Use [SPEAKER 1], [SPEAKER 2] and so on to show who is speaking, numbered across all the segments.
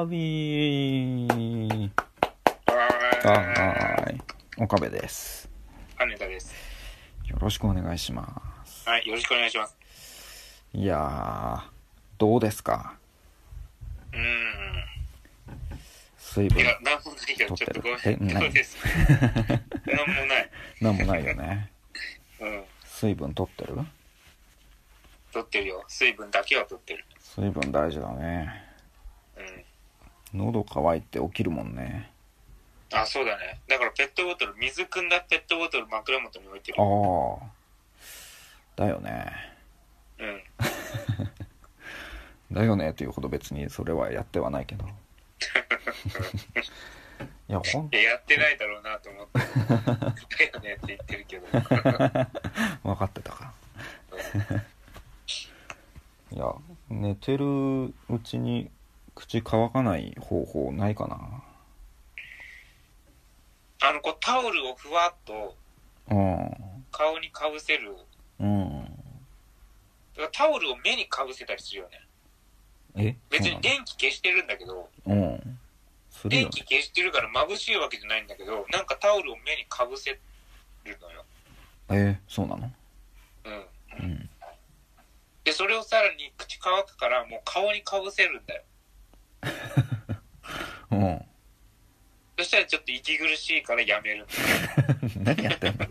[SPEAKER 1] 旅
[SPEAKER 2] は
[SPEAKER 1] はーい岡部です
[SPEAKER 2] ーい。ネタです。
[SPEAKER 1] よろしくお願いします
[SPEAKER 2] はい。よろしくお願いします。
[SPEAKER 1] いやーどうですか
[SPEAKER 2] うーん。
[SPEAKER 1] 水
[SPEAKER 2] い
[SPEAKER 1] 分
[SPEAKER 2] や、なんもないけど、ちょっとご
[SPEAKER 1] 撮ってる
[SPEAKER 2] め
[SPEAKER 1] え
[SPEAKER 2] ん。
[SPEAKER 1] ない
[SPEAKER 2] どうですかなんもない。
[SPEAKER 1] なんもないよね
[SPEAKER 2] うん。
[SPEAKER 1] 水分取ってる
[SPEAKER 2] 取ってるよ。水分だけは取ってる。
[SPEAKER 1] 水分大事だね
[SPEAKER 2] うん。
[SPEAKER 1] 喉乾いて起きるもんね
[SPEAKER 2] あ、そうだね。だからペットボトル、水汲んだペットボトル枕元に置いてる
[SPEAKER 1] あ。あだよね
[SPEAKER 2] うん。
[SPEAKER 1] だよねっていうほど別にそれはやってはないけどいやほん
[SPEAKER 2] いや、やってないだろうなと思って。だよねって言ってる けど。
[SPEAKER 1] 分かってたか
[SPEAKER 2] うん
[SPEAKER 1] いや寝てるうちに口乾かない方法ないか
[SPEAKER 2] あの、こう、タオルをふわっと
[SPEAKER 1] なうん
[SPEAKER 2] 顔にかぶせる。
[SPEAKER 1] うん
[SPEAKER 2] だからタオルを目にかぶせたりするよね。
[SPEAKER 1] え
[SPEAKER 2] 別
[SPEAKER 1] そう
[SPEAKER 2] に電気消してるんだけど、
[SPEAKER 1] なのうんするよ
[SPEAKER 2] 電
[SPEAKER 1] ね
[SPEAKER 2] 気消してるから眩しいわけじゃないんだけど、なんかタオルを目にかぶせるのよ。
[SPEAKER 1] えそうなの
[SPEAKER 2] うん。
[SPEAKER 1] うん
[SPEAKER 2] で、それをさらに口乾くから、もう顔にかぶせるんだよ。
[SPEAKER 1] うん
[SPEAKER 2] そしたらちょっと息苦しいからやめる。
[SPEAKER 1] 何やってんの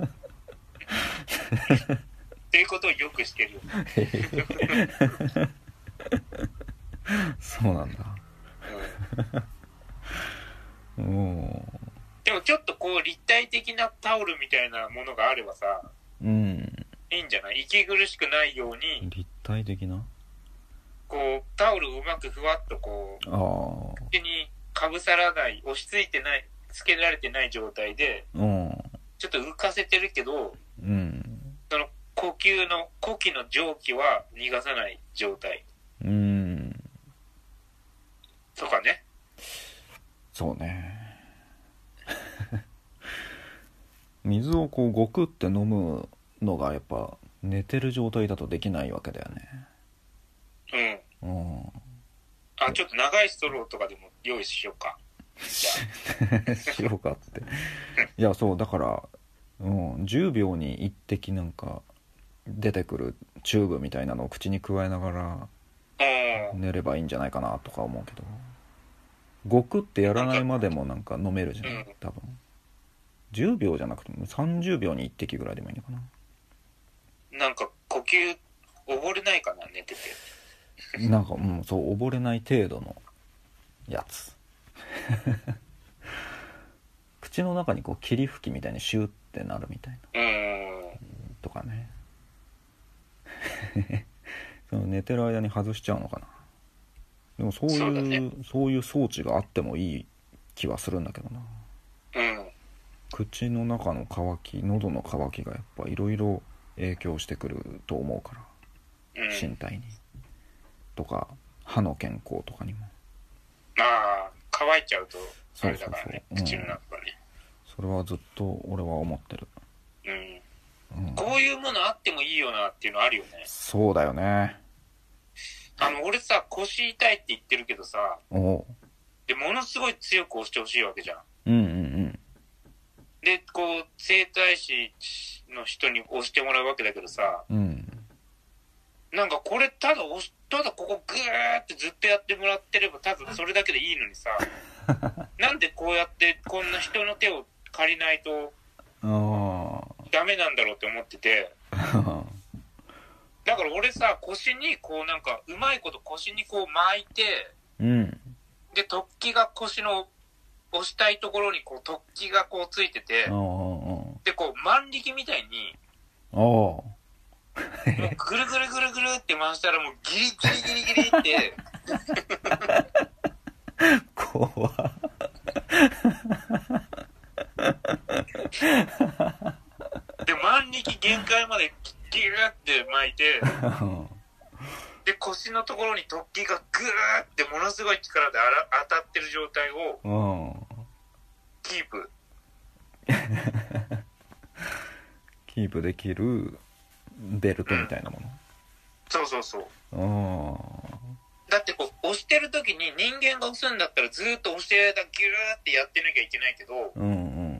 [SPEAKER 2] っていうことをよくしてるよ。
[SPEAKER 1] へへそうなんだ
[SPEAKER 2] うん。
[SPEAKER 1] うん
[SPEAKER 2] でもちょっとこう立体的なタオルみたいなものがあればさ、
[SPEAKER 1] うん
[SPEAKER 2] いいんじゃない息苦しくないように、
[SPEAKER 1] 立体的な
[SPEAKER 2] こう、タオルをうまくふわっとこう、
[SPEAKER 1] ああ
[SPEAKER 2] 口にかぶさらない、押し付いてない、つけられてない状態で、
[SPEAKER 1] うん
[SPEAKER 2] ちょっと浮かせてるけど、
[SPEAKER 1] うん
[SPEAKER 2] その呼吸の、呼気の蒸気は逃がさない状態
[SPEAKER 1] うん
[SPEAKER 2] とかね。
[SPEAKER 1] そうね水をこうごくって飲むのがやっぱ寝てる状態だとできないわけだよね
[SPEAKER 2] うん。
[SPEAKER 1] うん
[SPEAKER 2] あ、ちょっと長いストローとかでも用意しようか。
[SPEAKER 1] しようかっていやそうだから、うん、10秒に1滴なんか出てくるチューブみたいなのを口に加えながら
[SPEAKER 2] うん。
[SPEAKER 1] 寝ればいいんじゃないかなとか思うけどごくってやらないまでもなんか飲めるじゃん多分10秒じゃなくても30秒に1滴ぐらいでもいいのかな
[SPEAKER 2] なんか呼吸、溺れないかな、寝てて。
[SPEAKER 1] なんかもうそう溺れない程度のやつ 口の中にこう霧吹きみたいにシューってなるみたいな
[SPEAKER 2] うん。
[SPEAKER 1] とかね その寝てる間に外しちゃうのかなでもそういう
[SPEAKER 2] そうだね
[SPEAKER 1] そういう装置があってもいい気はするんだけどな
[SPEAKER 2] うん。
[SPEAKER 1] 口の中の渇き喉の渇きがやっぱいろいろ影響してくると思うか
[SPEAKER 2] う
[SPEAKER 1] ら身
[SPEAKER 2] ん。
[SPEAKER 1] 体に、とか歯の健康とかにも
[SPEAKER 2] まあ、乾いちゃうと、あれだからね。
[SPEAKER 1] そうそうそ
[SPEAKER 2] 口
[SPEAKER 1] ううん
[SPEAKER 2] の中がね。
[SPEAKER 1] それはずっと俺は思ってる、
[SPEAKER 2] うん。
[SPEAKER 1] うん、
[SPEAKER 2] こういうものあってもいいよなっていうのあるよね。
[SPEAKER 1] そうだよね
[SPEAKER 2] あの、俺さ、腰痛いって言ってるけどさ、
[SPEAKER 1] おう
[SPEAKER 2] で、ものすごい強く押してほしいわけじゃん。
[SPEAKER 1] うんうん
[SPEAKER 2] で、こう、整体師の人に押してもらうわけだけどさ、
[SPEAKER 1] うんうん
[SPEAKER 2] なんかこれただ押し、ただここグーってずっとやってもらってれば、ただそれだけでいいのにさ、なんでこうやってこんな人の手を借りないと
[SPEAKER 1] あ
[SPEAKER 2] ダメなんだろうって思ってて、
[SPEAKER 1] あ
[SPEAKER 2] だから俺さ、腰にこうなんか、うまいこと腰にこう巻いて、
[SPEAKER 1] うん
[SPEAKER 2] で、突起が腰の押したいところにこう突起がこうついて
[SPEAKER 1] ああ、
[SPEAKER 2] て
[SPEAKER 1] ああ
[SPEAKER 2] で、こう万力みたいに、
[SPEAKER 1] あ
[SPEAKER 2] もうぐるぐるぐるぐるって回したらもうギリギリギリギリって、
[SPEAKER 1] あ怖
[SPEAKER 2] で、万力限界までギューって巻いて、で、腰のところに突起がグーってものすごい力であら当たってる状態を
[SPEAKER 1] うん
[SPEAKER 2] キープ。
[SPEAKER 1] キープできるベルトみたいなも
[SPEAKER 2] そうそうそう。
[SPEAKER 1] のああ
[SPEAKER 2] だってこう、押してる時に人間が押すんだったらずーっと押してる間ギューってやってなきゃいけないけど、
[SPEAKER 1] うんうん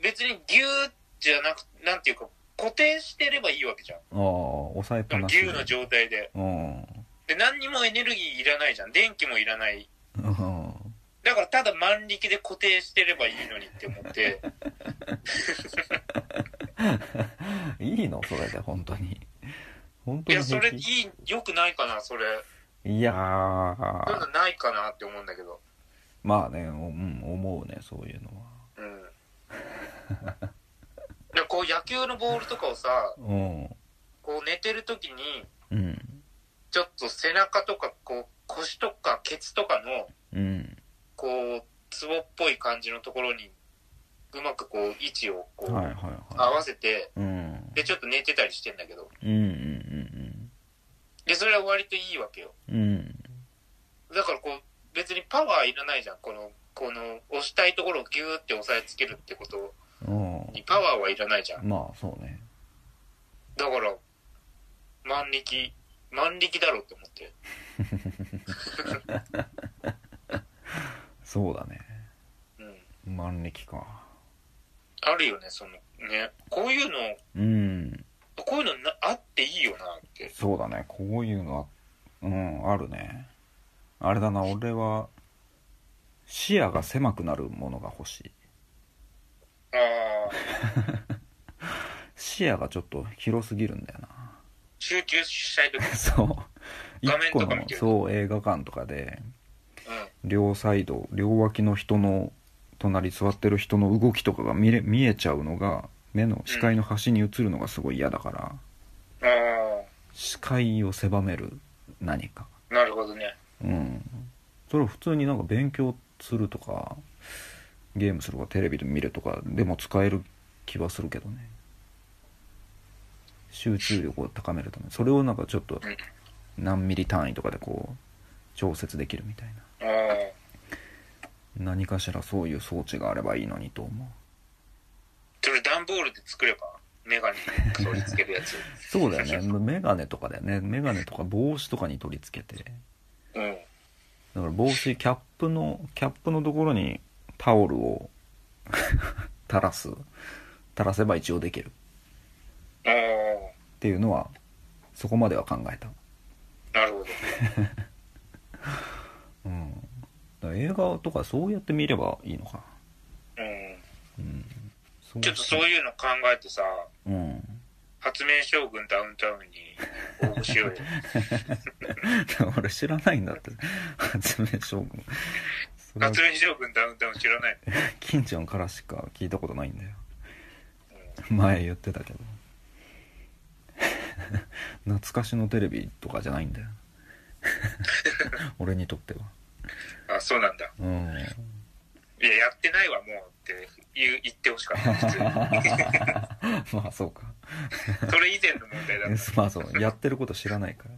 [SPEAKER 2] 別にギューじゃなく、なんていうか、固定してればいいわけじゃん。
[SPEAKER 1] うんああ押さえっぱなし
[SPEAKER 2] ギューの状態で。
[SPEAKER 1] うん
[SPEAKER 2] で、何にもエネルギーいらないじゃん。電気もいらない。
[SPEAKER 1] うん
[SPEAKER 2] だからただ万力で固定してればいいのにって思って、
[SPEAKER 1] いいのそれで本当に本
[SPEAKER 2] い
[SPEAKER 1] 当に
[SPEAKER 2] や、それい
[SPEAKER 1] 平
[SPEAKER 2] い
[SPEAKER 1] 気、
[SPEAKER 2] 良くないかな、それ。
[SPEAKER 1] いや
[SPEAKER 2] そういう
[SPEAKER 1] ー
[SPEAKER 2] のないかなって思うんだけど。
[SPEAKER 1] まあね、うん、思うねそういうのは
[SPEAKER 2] うん。 でこう野球のボールとかをさ、
[SPEAKER 1] うん
[SPEAKER 2] こう寝てる時に、
[SPEAKER 1] うん
[SPEAKER 2] ちょっと背中とか、こう、腰とかケツとかの、
[SPEAKER 1] うん
[SPEAKER 2] こう、ツボっぽい感じのところに、うまくこう、位置をこう、
[SPEAKER 1] はいはい
[SPEAKER 2] 合
[SPEAKER 1] は
[SPEAKER 2] わせて、
[SPEAKER 1] いうん
[SPEAKER 2] で、ちょっと寝てたりしてんだけど。
[SPEAKER 1] うんうん
[SPEAKER 2] で、それは割といいわけよ。
[SPEAKER 1] うんうん
[SPEAKER 2] だからこう、別にパワーいらないじゃん。この、この、押したいところをギューって押さえつけるってこと
[SPEAKER 1] うん
[SPEAKER 2] にパワーはいらないじゃん。
[SPEAKER 1] まあそうね
[SPEAKER 2] だから、万力、万力だろうって思って。
[SPEAKER 1] そうだね
[SPEAKER 2] うん。
[SPEAKER 1] 万力か
[SPEAKER 2] あるよね、その、ね。こういうの、
[SPEAKER 1] うん
[SPEAKER 2] こういうのなあっていいよなって。
[SPEAKER 1] そうだねこういうのはうんあるねあれだな俺は視野が狭くなるものが欲しい
[SPEAKER 2] ああ、
[SPEAKER 1] 視野がちょっと広すぎるんだよ
[SPEAKER 2] 集中したいとき。
[SPEAKER 1] な そう一
[SPEAKER 2] 画面
[SPEAKER 1] 個
[SPEAKER 2] とか
[SPEAKER 1] の
[SPEAKER 2] 見てる
[SPEAKER 1] そう映画館とかで
[SPEAKER 2] うん。
[SPEAKER 1] 両サイド両脇の人の隣座ってる人の動きとかが見れ見えちゃうのが目の視界の端に映るのがすごい嫌だから、
[SPEAKER 2] あ
[SPEAKER 1] 視界を狭める何か
[SPEAKER 2] あ、なるほどね。
[SPEAKER 1] うんそれを普通になんか勉強するとかゲームするとかテレビで見るとかでも使える気はするけどね集中力を高めるためそれをなんかちょっと何ミリ単位とかでこう調節できるみたい
[SPEAKER 2] ああ、
[SPEAKER 1] な何かしらそういう装置があればいいのにと思う
[SPEAKER 2] それ段ボールで作れば、メガネに取り付けるやつ。
[SPEAKER 1] そうだよね メガネとかだよねメガネとか帽子とかに取り付けて
[SPEAKER 2] うん。
[SPEAKER 1] だから帽子キャップのキャップのところにタオルを 垂らす垂らせば一応できる
[SPEAKER 2] ああ、
[SPEAKER 1] っていうのはそこまでは考えた、
[SPEAKER 2] なるほど。
[SPEAKER 1] うん、だから映画とかそうやって見ればいいのか
[SPEAKER 2] うん。
[SPEAKER 1] うんそう
[SPEAKER 2] ちょっとそういうの考えてさ、
[SPEAKER 1] うん
[SPEAKER 2] 発明将軍ダウンタウンに応募しようよ。
[SPEAKER 1] 俺知らないんだって発明将軍それは
[SPEAKER 2] 発明将軍ダウンタウン知らない。
[SPEAKER 1] 近所からしか聞いたことないんだよ 前言ってたけど懐かしのテレビとかじゃないんだよ 俺にとっては
[SPEAKER 2] あ、そうなんだ。
[SPEAKER 1] うん
[SPEAKER 2] いや、やってないわ、もうって言う言ってほしかった、普 通
[SPEAKER 1] まあそうか
[SPEAKER 2] に。それ以前の問題だった。
[SPEAKER 1] まあそうやってること知らないから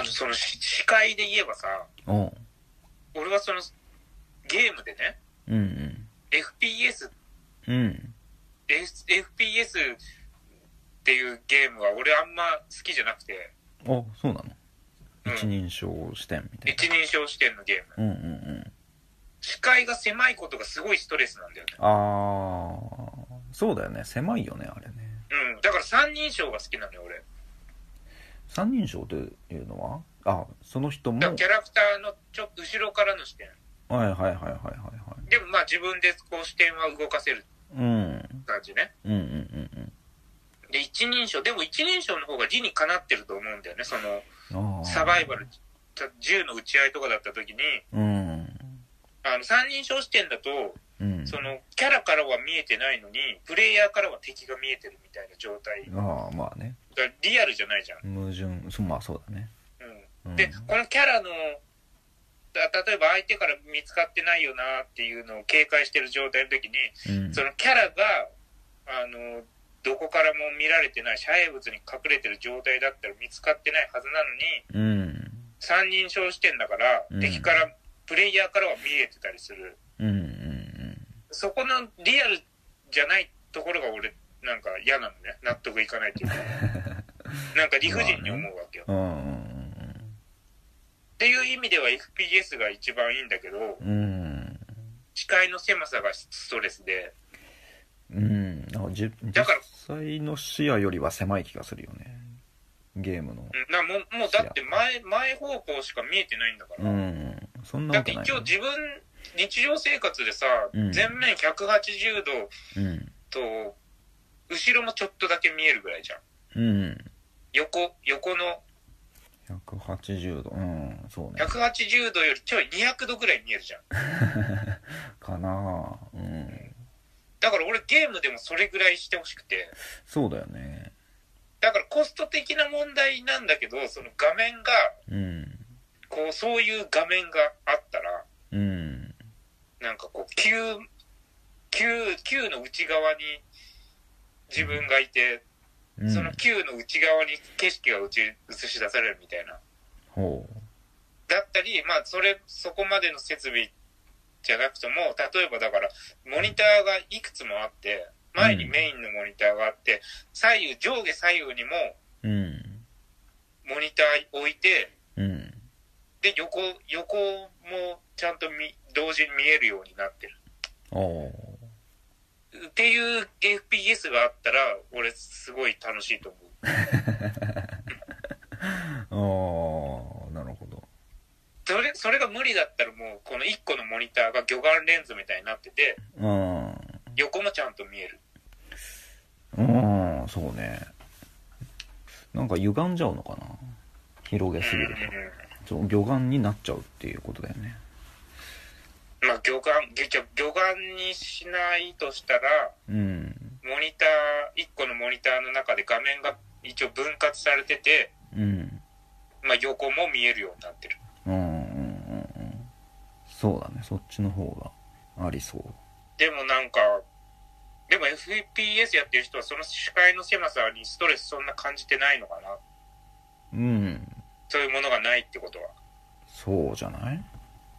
[SPEAKER 2] あの、その、し司会で言えばさ、
[SPEAKER 1] おう
[SPEAKER 2] 俺はその、ゲームでね、
[SPEAKER 1] うん
[SPEAKER 2] FPS
[SPEAKER 1] うんうん、
[SPEAKER 2] F- FPS っていうゲームは俺あんま好きじゃなくて、
[SPEAKER 1] あそうなの、
[SPEAKER 2] うん
[SPEAKER 1] 一人称視点みたい
[SPEAKER 2] 一人称視点のゲー
[SPEAKER 1] な
[SPEAKER 2] ム。
[SPEAKER 1] うんうんうん
[SPEAKER 2] 視界が狭いことがすごいストレスなんだよね。
[SPEAKER 1] ああそうだよね狭いよねあれね
[SPEAKER 2] うん。だから三人称が好きなのよ、俺。
[SPEAKER 1] 三人称というのはあその人も
[SPEAKER 2] だ
[SPEAKER 1] は
[SPEAKER 2] か
[SPEAKER 1] い
[SPEAKER 2] らキャラクターのちょ後ろからの視点。
[SPEAKER 1] はいはいはいはいは
[SPEAKER 2] でもまあ自分でこう視点は動かせる
[SPEAKER 1] いうん
[SPEAKER 2] 感じね。
[SPEAKER 1] うんうんうんうん
[SPEAKER 2] で、一人称。でも一人称の方が理にかなってると思うんだよね。その、
[SPEAKER 1] あー
[SPEAKER 2] サバイバル、ちょ銃の撃ち合いとかだった時に、
[SPEAKER 1] うん
[SPEAKER 2] あの、三人称視点だと、
[SPEAKER 1] うん
[SPEAKER 2] その、キャラからは見えてないのに、プレイヤーからは敵が見えてるみたいな状態
[SPEAKER 1] ああまあね
[SPEAKER 2] がリアルじゃないじゃん。
[SPEAKER 1] 矛盾そまあそうだね、
[SPEAKER 2] う。
[SPEAKER 1] うんん、
[SPEAKER 2] で、このキャラの、た例えば相手から見つかってないよなっていうのを警戒してる状態の時に、
[SPEAKER 1] うん
[SPEAKER 2] そのキャラが、あの、どこからも見られてない、遮蔽物に隠れてる状態だったら見つかってないはずなの
[SPEAKER 1] う
[SPEAKER 2] に、
[SPEAKER 1] ん
[SPEAKER 2] 三人称視点だから、
[SPEAKER 1] うん
[SPEAKER 2] 敵から、プレイヤーからは見えてたりする。
[SPEAKER 1] うんうん
[SPEAKER 2] そこの リアルじゃないところが俺、なんか嫌なのね。納得いかないっていうか。なんか理不尽に思うわけよ。
[SPEAKER 1] う
[SPEAKER 2] っ
[SPEAKER 1] んうん
[SPEAKER 2] ていう意味では FPS が一番いいんだけど、
[SPEAKER 1] うん
[SPEAKER 2] 視界の狭さがストレスで、
[SPEAKER 1] うんなんかじ実
[SPEAKER 2] だから
[SPEAKER 1] 際の視野よりは狭い気がするよねゲームの
[SPEAKER 2] うんなもうもうだって前前方向しか見えてないんだから。
[SPEAKER 1] うんそんな
[SPEAKER 2] だ
[SPEAKER 1] わ
[SPEAKER 2] って
[SPEAKER 1] けない
[SPEAKER 2] 一
[SPEAKER 1] よ
[SPEAKER 2] 応自分、日常生活でさ、
[SPEAKER 1] うん
[SPEAKER 2] 全面180度
[SPEAKER 1] うん
[SPEAKER 2] と、後ろもちょっとだけ見えるぐらいじゃん。
[SPEAKER 1] うん
[SPEAKER 2] 横、横の
[SPEAKER 1] 180度うんそうね
[SPEAKER 2] 180度よりちょい200度ぐらい見えるじゃん。
[SPEAKER 1] かなうん
[SPEAKER 2] だから俺ゲームでもそれぐらいしてほしくて。
[SPEAKER 1] そうだよね
[SPEAKER 2] だからコスト的な問題なんだけど、その画面が、
[SPEAKER 1] うん
[SPEAKER 2] こう、そういう画面があったら、
[SPEAKER 1] うん
[SPEAKER 2] なんかこう、急、急、急の内側に自分がいて、
[SPEAKER 1] うん
[SPEAKER 2] その球の内側に景色がうち映し出されるみたいな。
[SPEAKER 1] ほ
[SPEAKER 2] だったり、まあ、それ、そこまでの設備じゃなくても、例えばだから、モニターがいくつもあって、前にメインのモニターがあって、左右、上下左右にも
[SPEAKER 1] ううん
[SPEAKER 2] モニター置いて、
[SPEAKER 1] うん
[SPEAKER 2] で、横、横もちゃんと見同時に見えるようになってる。
[SPEAKER 1] おー
[SPEAKER 2] っていう FPS があったら、俺、すごい楽しいと思う。
[SPEAKER 1] ああなるほど
[SPEAKER 2] それ、それが無理だったらもう、この1個のモニターが魚眼レンズみたいになってて、
[SPEAKER 1] うん
[SPEAKER 2] 横もちゃんと見える。
[SPEAKER 1] うんそうねなんか歪んじゃうのかな広げすぎるとそう魚眼になっちゃうっていうことだよね
[SPEAKER 2] まあ、魚眼、ぎゅちょ魚眼にしないとしたら、
[SPEAKER 1] うん
[SPEAKER 2] モニター、1個のモニターの中で画面が一応分割されてて、
[SPEAKER 1] うん
[SPEAKER 2] まあ、横も見えるようになってる。
[SPEAKER 1] うんうんうんうんそうだねそっちの方がありそう
[SPEAKER 2] でもなんか、でも FPS やってる人はその視界の狭さにストレスそんな感じてないのかな
[SPEAKER 1] うん
[SPEAKER 2] そういうものがないってことは。
[SPEAKER 1] そうじゃない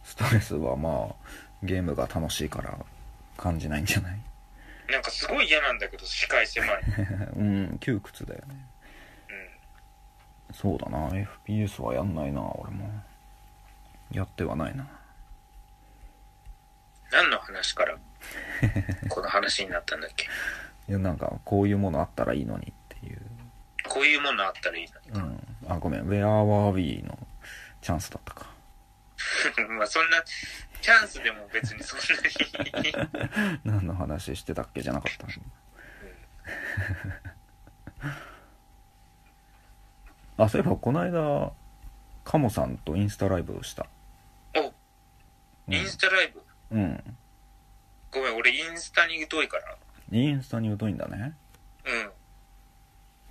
[SPEAKER 1] ストレスはまあゲームが楽しいから感じないんじゃない
[SPEAKER 2] なんかすごい嫌なんだけど、視界狭い。うん。
[SPEAKER 1] うん窮屈だよねそうだな FPS はやんないな俺もやってはないな
[SPEAKER 2] 何の話から、この話になったんだっけ
[SPEAKER 1] いやなんかこういうものあったらいいのにっていう、
[SPEAKER 2] こういうものあったらいいのに
[SPEAKER 1] う。ん、あごめん「Where Were We」のチャンスだったか
[SPEAKER 2] まあそんな、チャンスでも別にそんなに。
[SPEAKER 1] 何の話してたっけじゃなかった あそういえばこの間カモさんとインスタライブをした
[SPEAKER 2] お、
[SPEAKER 1] うん
[SPEAKER 2] インスタライブ。
[SPEAKER 1] うん
[SPEAKER 2] ごめん、俺インスタに疎いから。
[SPEAKER 1] インスタに疎いんだね
[SPEAKER 2] う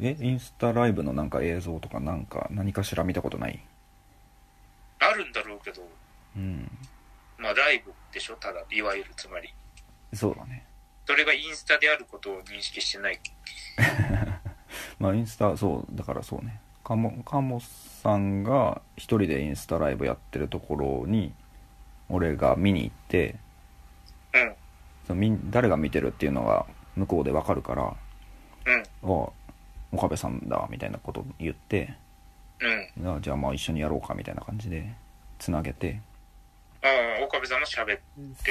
[SPEAKER 2] ん。
[SPEAKER 1] えインスタライブのなんか映像とかなんか何かしら見たことない
[SPEAKER 2] あるんだろうけど、
[SPEAKER 1] うん
[SPEAKER 2] まあライブでしょ、ただ、いわゆるつまり。
[SPEAKER 1] そうだね
[SPEAKER 2] それがインスタであることを認識してない。
[SPEAKER 1] まあインスタそうだからそうねカモカモさんが一人でインスタライブやってるところに俺が見に行って
[SPEAKER 2] うん、
[SPEAKER 1] そのみん誰が見てるっていうのが向こうでわかるから
[SPEAKER 2] うん、
[SPEAKER 1] 「あ岡部さんだ」みたいなこと言って
[SPEAKER 2] うん。
[SPEAKER 1] 「あじゃあまあ一緒にやろうか」みたいな感じでつなげて
[SPEAKER 2] ああ、岡部さんも喋って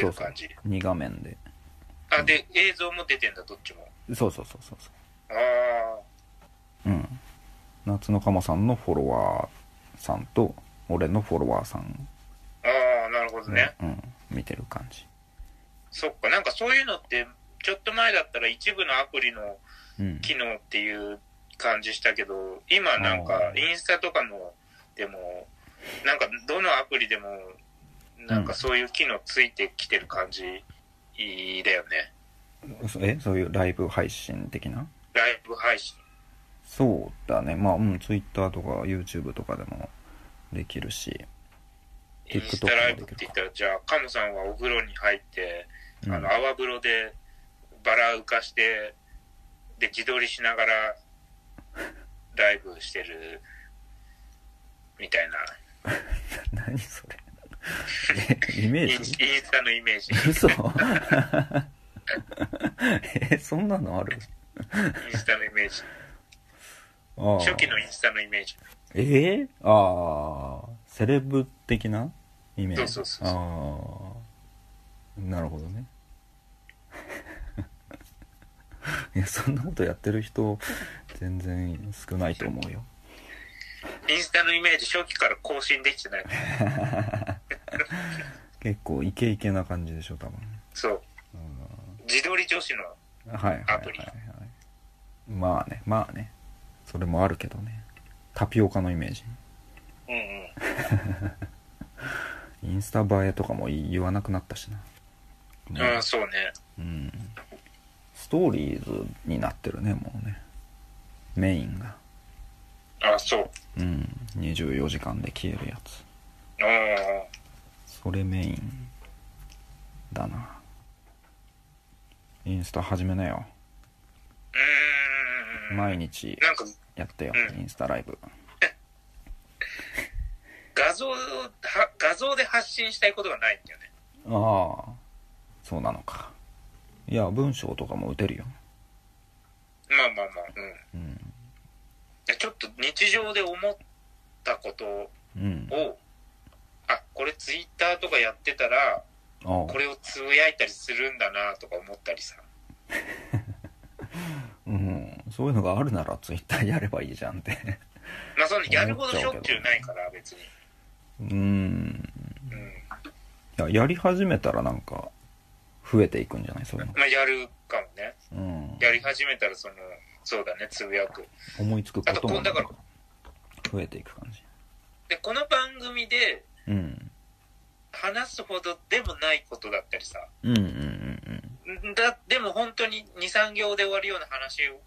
[SPEAKER 1] そ
[SPEAKER 2] る
[SPEAKER 1] うそう
[SPEAKER 2] 感じ。
[SPEAKER 1] 2画面で
[SPEAKER 2] あ、で、映像も出てんだ、どっちも。
[SPEAKER 1] そうそうそうそうそ
[SPEAKER 2] ああ、
[SPEAKER 1] ううん夏の鴨さんのフォロワーさんと俺のフォロワーさん、
[SPEAKER 2] ああ、なるほどね。
[SPEAKER 1] うん、見てる感じ
[SPEAKER 2] そっか、なんかそういうのって、ちょっと前だったら一部のアプリの
[SPEAKER 1] うん
[SPEAKER 2] 機能っていう感じしたけど、今なんか
[SPEAKER 1] あー
[SPEAKER 2] インスタとかのでも、なんかどのアプリでも、なんかそういう機能ついてきてる感じいいだよね。
[SPEAKER 1] そえそういうライブ配信的な
[SPEAKER 2] ライブ配信。
[SPEAKER 1] そうだねまあうんツイッターとか YouTube とかでもできるし
[SPEAKER 2] イン
[SPEAKER 1] TikTok
[SPEAKER 2] スタライブって言ったら、じゃあ、カモさんはお風呂に入って、
[SPEAKER 1] うん
[SPEAKER 2] あの、泡風呂でバラ浮かして、で、自撮りしながらライブしてる、みたいな、
[SPEAKER 1] 何それえイメ
[SPEAKER 2] インイン
[SPEAKER 1] ージ
[SPEAKER 2] スタのイメージ。
[SPEAKER 1] 嘘 えそんなのある
[SPEAKER 2] インスタのイメージ。
[SPEAKER 1] ああ
[SPEAKER 2] 初期のインスタのイメージ。
[SPEAKER 1] ええああセレブ的なイメージ
[SPEAKER 2] そうそうそうそう
[SPEAKER 1] ああなるほどね いやそんなことやってる人全然少ないと思うよ
[SPEAKER 2] インスタのイメージ初期から更新できてない。
[SPEAKER 1] 結構イケイケな感じでしょ多分
[SPEAKER 2] そう。自撮り女子の、
[SPEAKER 1] はいはいはい
[SPEAKER 2] アプリ
[SPEAKER 1] はいまあねまあねそれもあるけどねタピオカのイメージ
[SPEAKER 2] うんうん。
[SPEAKER 1] インスタ映えとかも言わなくなったしな、
[SPEAKER 2] うん、そうね。
[SPEAKER 1] うんストーリーズになってるねもうねメインが
[SPEAKER 2] あ、そう。
[SPEAKER 1] うん24時間で消えるやつ
[SPEAKER 2] うん。
[SPEAKER 1] それメインだなインスタ始めなよ
[SPEAKER 2] うーん。
[SPEAKER 1] 毎日
[SPEAKER 2] なんか、
[SPEAKER 1] やってよ、
[SPEAKER 2] うん
[SPEAKER 1] インスタライブ
[SPEAKER 2] 画像をは、画像で発信したいことがないんだよね。
[SPEAKER 1] ああそうなのかいや文章とかも打てるよ
[SPEAKER 2] まあまあまあ、うん。
[SPEAKER 1] うん
[SPEAKER 2] ちょっと日常で思ったこと
[SPEAKER 1] うん
[SPEAKER 2] を、あ、これツイッターとかやってたら、
[SPEAKER 1] ああ
[SPEAKER 2] これをつぶやいたりするんだなとか思ったりさ。
[SPEAKER 1] うんそういうのがあるならツイッターやればいいじゃんって
[SPEAKER 2] まあそのやるほどしょっちゅうないから、別に。
[SPEAKER 1] うん
[SPEAKER 2] うん。
[SPEAKER 1] いややり始めたらなんか増えていくんじゃないそういうの、
[SPEAKER 2] まあやるかもね。
[SPEAKER 1] うん、
[SPEAKER 2] やり始めたら、その、そうだね、つぶやく。
[SPEAKER 1] 思いつくこ
[SPEAKER 2] あ
[SPEAKER 1] と
[SPEAKER 2] とこ
[SPEAKER 1] も
[SPEAKER 2] うだから
[SPEAKER 1] 増えていく感じ
[SPEAKER 2] で、この番組で
[SPEAKER 1] うん
[SPEAKER 2] 話すほどでもないことだったりさ。
[SPEAKER 1] うんうんうん
[SPEAKER 2] んだ、でも本当に2、3行で終わるような話を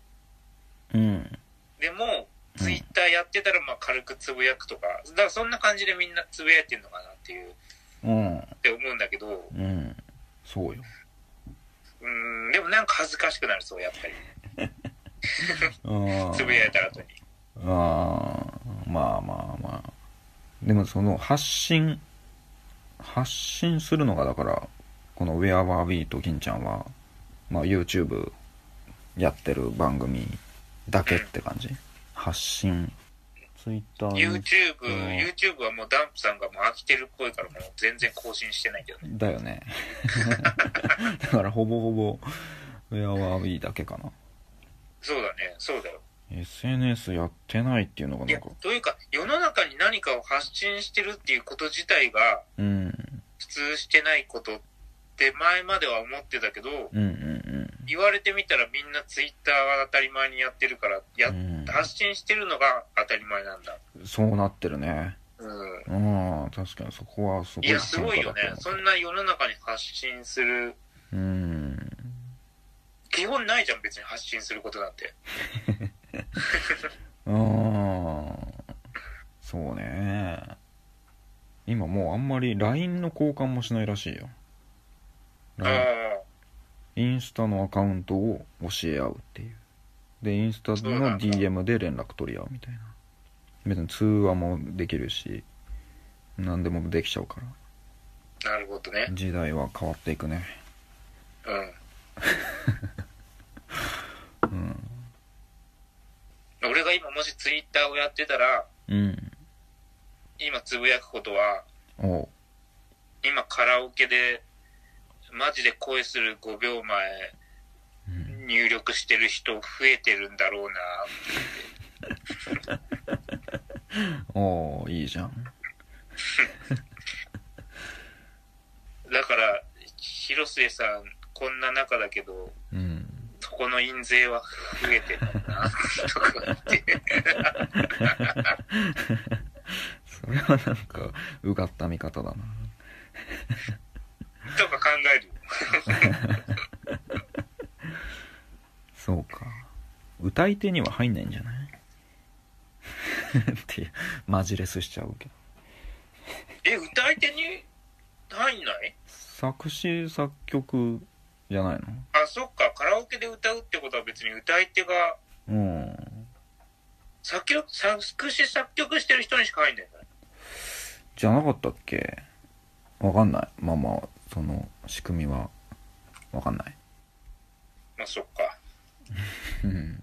[SPEAKER 1] うんうん
[SPEAKER 2] でも、
[SPEAKER 1] うん
[SPEAKER 2] ツイッターやってたら、まあ、軽くつぶやくとか、だからそんな感じでみんなつぶやいてんのかなっていう、っ
[SPEAKER 1] うん
[SPEAKER 2] て思うんだけど、う
[SPEAKER 1] うんそうよ
[SPEAKER 2] ーん、でもなんか恥ずかしくなるそう、やっぱり。
[SPEAKER 1] ああ
[SPEAKER 2] つぶやいた後に。
[SPEAKER 1] ああまあまあまあでもその発信発信するのがだからこの「Where Were We」と銀ちゃんは、まあ、YouTube やってる番組だけって感じ発信 Twitter に
[SPEAKER 2] YouTube、
[SPEAKER 1] うん
[SPEAKER 2] YouTube はもうダンプさんがもう飽きてるっぽいから、もう全然更新してないけどね。
[SPEAKER 1] だよねだからほぼほぼ「Where Were We」だけかな
[SPEAKER 2] そうだね、そうだよ。
[SPEAKER 1] SNS やってないっていうのが
[SPEAKER 2] い
[SPEAKER 1] な
[SPEAKER 2] や
[SPEAKER 1] んか、
[SPEAKER 2] というか、世の中に何かを発信してるっていうこと自体が、
[SPEAKER 1] うん
[SPEAKER 2] 普通してないことって前までは思ってたけど、
[SPEAKER 1] うんうん
[SPEAKER 2] 言われてみたらみんなツイッターは当たり前にやってるから、や
[SPEAKER 1] う
[SPEAKER 2] っ
[SPEAKER 1] ん、
[SPEAKER 2] 発信してるのが当たり前なんだ。
[SPEAKER 1] うん、そうなってるね
[SPEAKER 2] うん。
[SPEAKER 1] うん、確かにそこはすごい
[SPEAKER 2] いや、すごいよね
[SPEAKER 1] 変化だ。と
[SPEAKER 2] そ
[SPEAKER 1] 思
[SPEAKER 2] んな世の中に発信する、
[SPEAKER 1] ううん。
[SPEAKER 2] 基本ないじゃん、別に発信することなんて。
[SPEAKER 1] うん。そうね。今もうあんまり LINE の交換もしないらしいよ。
[SPEAKER 2] ああ
[SPEAKER 1] LINE インスタのアカウントを教え合うっていう。で、インスタ
[SPEAKER 2] そうな
[SPEAKER 1] の
[SPEAKER 2] んだ
[SPEAKER 1] DM で連絡取り合うみたいな。別に通話もできるし、何でもできちゃうから。
[SPEAKER 2] ー、なるほどね。
[SPEAKER 1] 時代は変わっていくね。
[SPEAKER 2] うん。
[SPEAKER 1] うん。
[SPEAKER 2] 俺が今もしツイッターをやってたら、
[SPEAKER 1] うん。
[SPEAKER 2] 今つぶやくことは、
[SPEAKER 1] おう。
[SPEAKER 2] 今カラオケで、マジで声する5秒前、
[SPEAKER 1] うん
[SPEAKER 2] 入力してる人増えてるんだろうな。
[SPEAKER 1] おう、いいじゃん。
[SPEAKER 2] だから、広末さん、こんな中だけど、
[SPEAKER 1] うん。
[SPEAKER 2] そこの印税は増え てるんだな、とか言って。
[SPEAKER 1] それはなんかうがった見方だな
[SPEAKER 2] とか考えるよ。
[SPEAKER 1] そうか歌い手には入んないんじゃない っていうマジレスしちゃうけど
[SPEAKER 2] え、歌い手に入んない
[SPEAKER 1] 作詞作曲じゃない
[SPEAKER 2] あ、そっか、カラオケで歌うってことは別に歌い手が、
[SPEAKER 1] のうん
[SPEAKER 2] 作曲、作詞作曲してる人にしか入んないんだ。
[SPEAKER 1] じゃなかったっけわかんないまあまあその仕組みはわかんない
[SPEAKER 2] まあそっか。
[SPEAKER 1] うん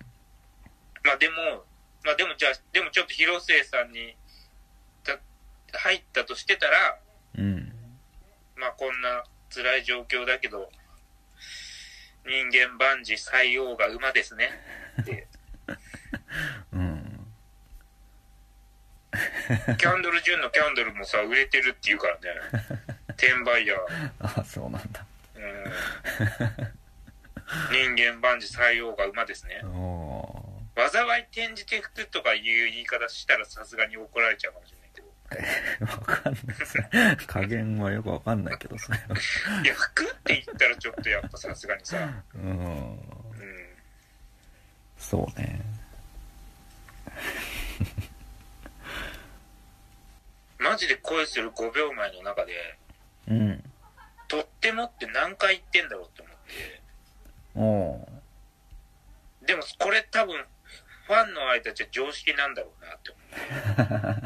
[SPEAKER 2] まあでも、あでもじゃあ、でもちょっと広末さんに、た入ったとしてたら、
[SPEAKER 1] うん
[SPEAKER 2] まあこんな辛い状況だけど、人間万事採用が馬ですね。って、
[SPEAKER 1] うん
[SPEAKER 2] キャンドル・ジュンのキャンドルもさ、売れてるって言うからね。転売ヤー。
[SPEAKER 1] あそうなんだ
[SPEAKER 2] うん人間万事採用が馬ですね
[SPEAKER 1] お。お
[SPEAKER 2] 災い転じて服とかいう言い方したらさすがに怒られちゃうかもしれないけど。
[SPEAKER 1] ーわかんない ですね加減はよくわかんないけどそれはい
[SPEAKER 2] や、服って言ったらちょっとやっぱさすがにさ。
[SPEAKER 1] うん
[SPEAKER 2] うん。
[SPEAKER 1] そうね
[SPEAKER 2] マジで恋する5秒前の中で、
[SPEAKER 1] うん
[SPEAKER 2] とってもって何回言ってんだろうって
[SPEAKER 1] お
[SPEAKER 2] 思っ
[SPEAKER 1] お
[SPEAKER 2] て。でもこれ多分、ファンの間じゃ常識なんだろうなって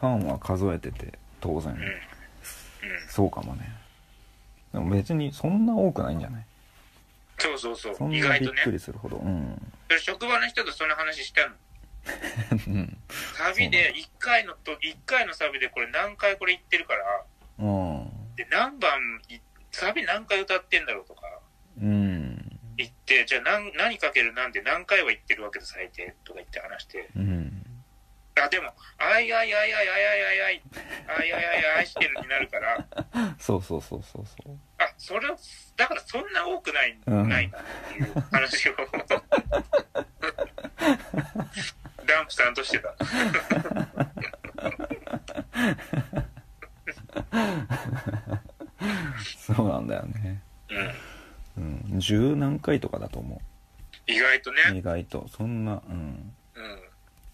[SPEAKER 2] 思
[SPEAKER 1] ファンは数えてて当然
[SPEAKER 2] う。うん。うん。
[SPEAKER 1] そうかもねでも別にそんな多くないんじゃない
[SPEAKER 2] そうそうそ
[SPEAKER 1] そ。
[SPEAKER 2] うん意
[SPEAKER 1] な
[SPEAKER 2] 外
[SPEAKER 1] びっ
[SPEAKER 2] とね。
[SPEAKER 1] くりするほどうん
[SPEAKER 2] それ職場の人とその話したの。
[SPEAKER 1] うん
[SPEAKER 2] サビで、1回のと、一回のサビでこれ何回これ言ってるから、
[SPEAKER 1] うん
[SPEAKER 2] で、何番い、サビ何回歌ってんだろうとか、
[SPEAKER 1] うん
[SPEAKER 2] 言って、じゃあ何、何かけるなんで何回は言ってるわけで最低とか言って話して。
[SPEAKER 1] うん
[SPEAKER 2] あ、でも、あいあいあいあいあいあいあいあい、あいあいあいあいしてるになるから、
[SPEAKER 1] そうそうそうそうそう
[SPEAKER 2] あ、それを、だからそんな多くない、
[SPEAKER 1] うん
[SPEAKER 2] ないなっていう話を、 ダンプさんとしてた。
[SPEAKER 1] そうなんだよね
[SPEAKER 2] うん。
[SPEAKER 1] うん十何回とかだと思
[SPEAKER 2] 意外と
[SPEAKER 1] う
[SPEAKER 2] ね、
[SPEAKER 1] 意外とそんなうん
[SPEAKER 2] うん。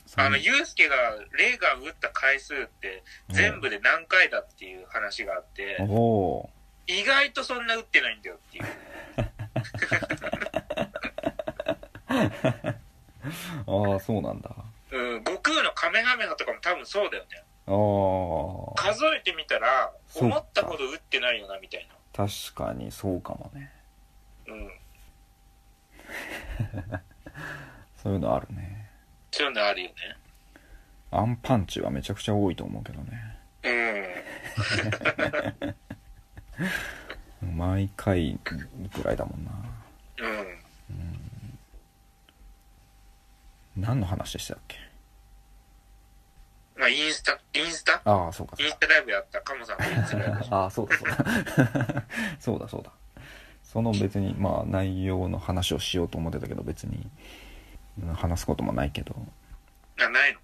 [SPEAKER 1] そん
[SPEAKER 2] あの、ユうスケが、レーガン打った回数って、全部で何回だっていう話があって、
[SPEAKER 1] おお
[SPEAKER 2] 意外とそんな打ってないんだよっていう。
[SPEAKER 1] ーああそうなんだあ
[SPEAKER 2] うん、悟空のカメハメハとかも多分そうだよね。
[SPEAKER 1] あ
[SPEAKER 2] 数えてみたら、
[SPEAKER 1] そう
[SPEAKER 2] 思ったほど打ってないよな、みたい
[SPEAKER 1] 確かにそうかもね
[SPEAKER 2] な。うん。
[SPEAKER 1] そういうのあるね
[SPEAKER 2] そういうのあるよね。
[SPEAKER 1] アンパンチはめちゃくちゃ多いと思うけどね
[SPEAKER 2] うん。
[SPEAKER 1] 毎回ぐらいだもんな
[SPEAKER 2] うん。
[SPEAKER 1] 何の話でしたっけ
[SPEAKER 2] まあ、インスタ、インスタ
[SPEAKER 1] ああそうかそ
[SPEAKER 2] イ
[SPEAKER 1] う
[SPEAKER 2] ン
[SPEAKER 1] か
[SPEAKER 2] スタライブやった。カモさんのインスタライブ。
[SPEAKER 1] ああそうだそうだ そうだそうだその別にまあ内容の話をしようと思ってたけど別にうん話すこともないけど
[SPEAKER 2] あ、ないの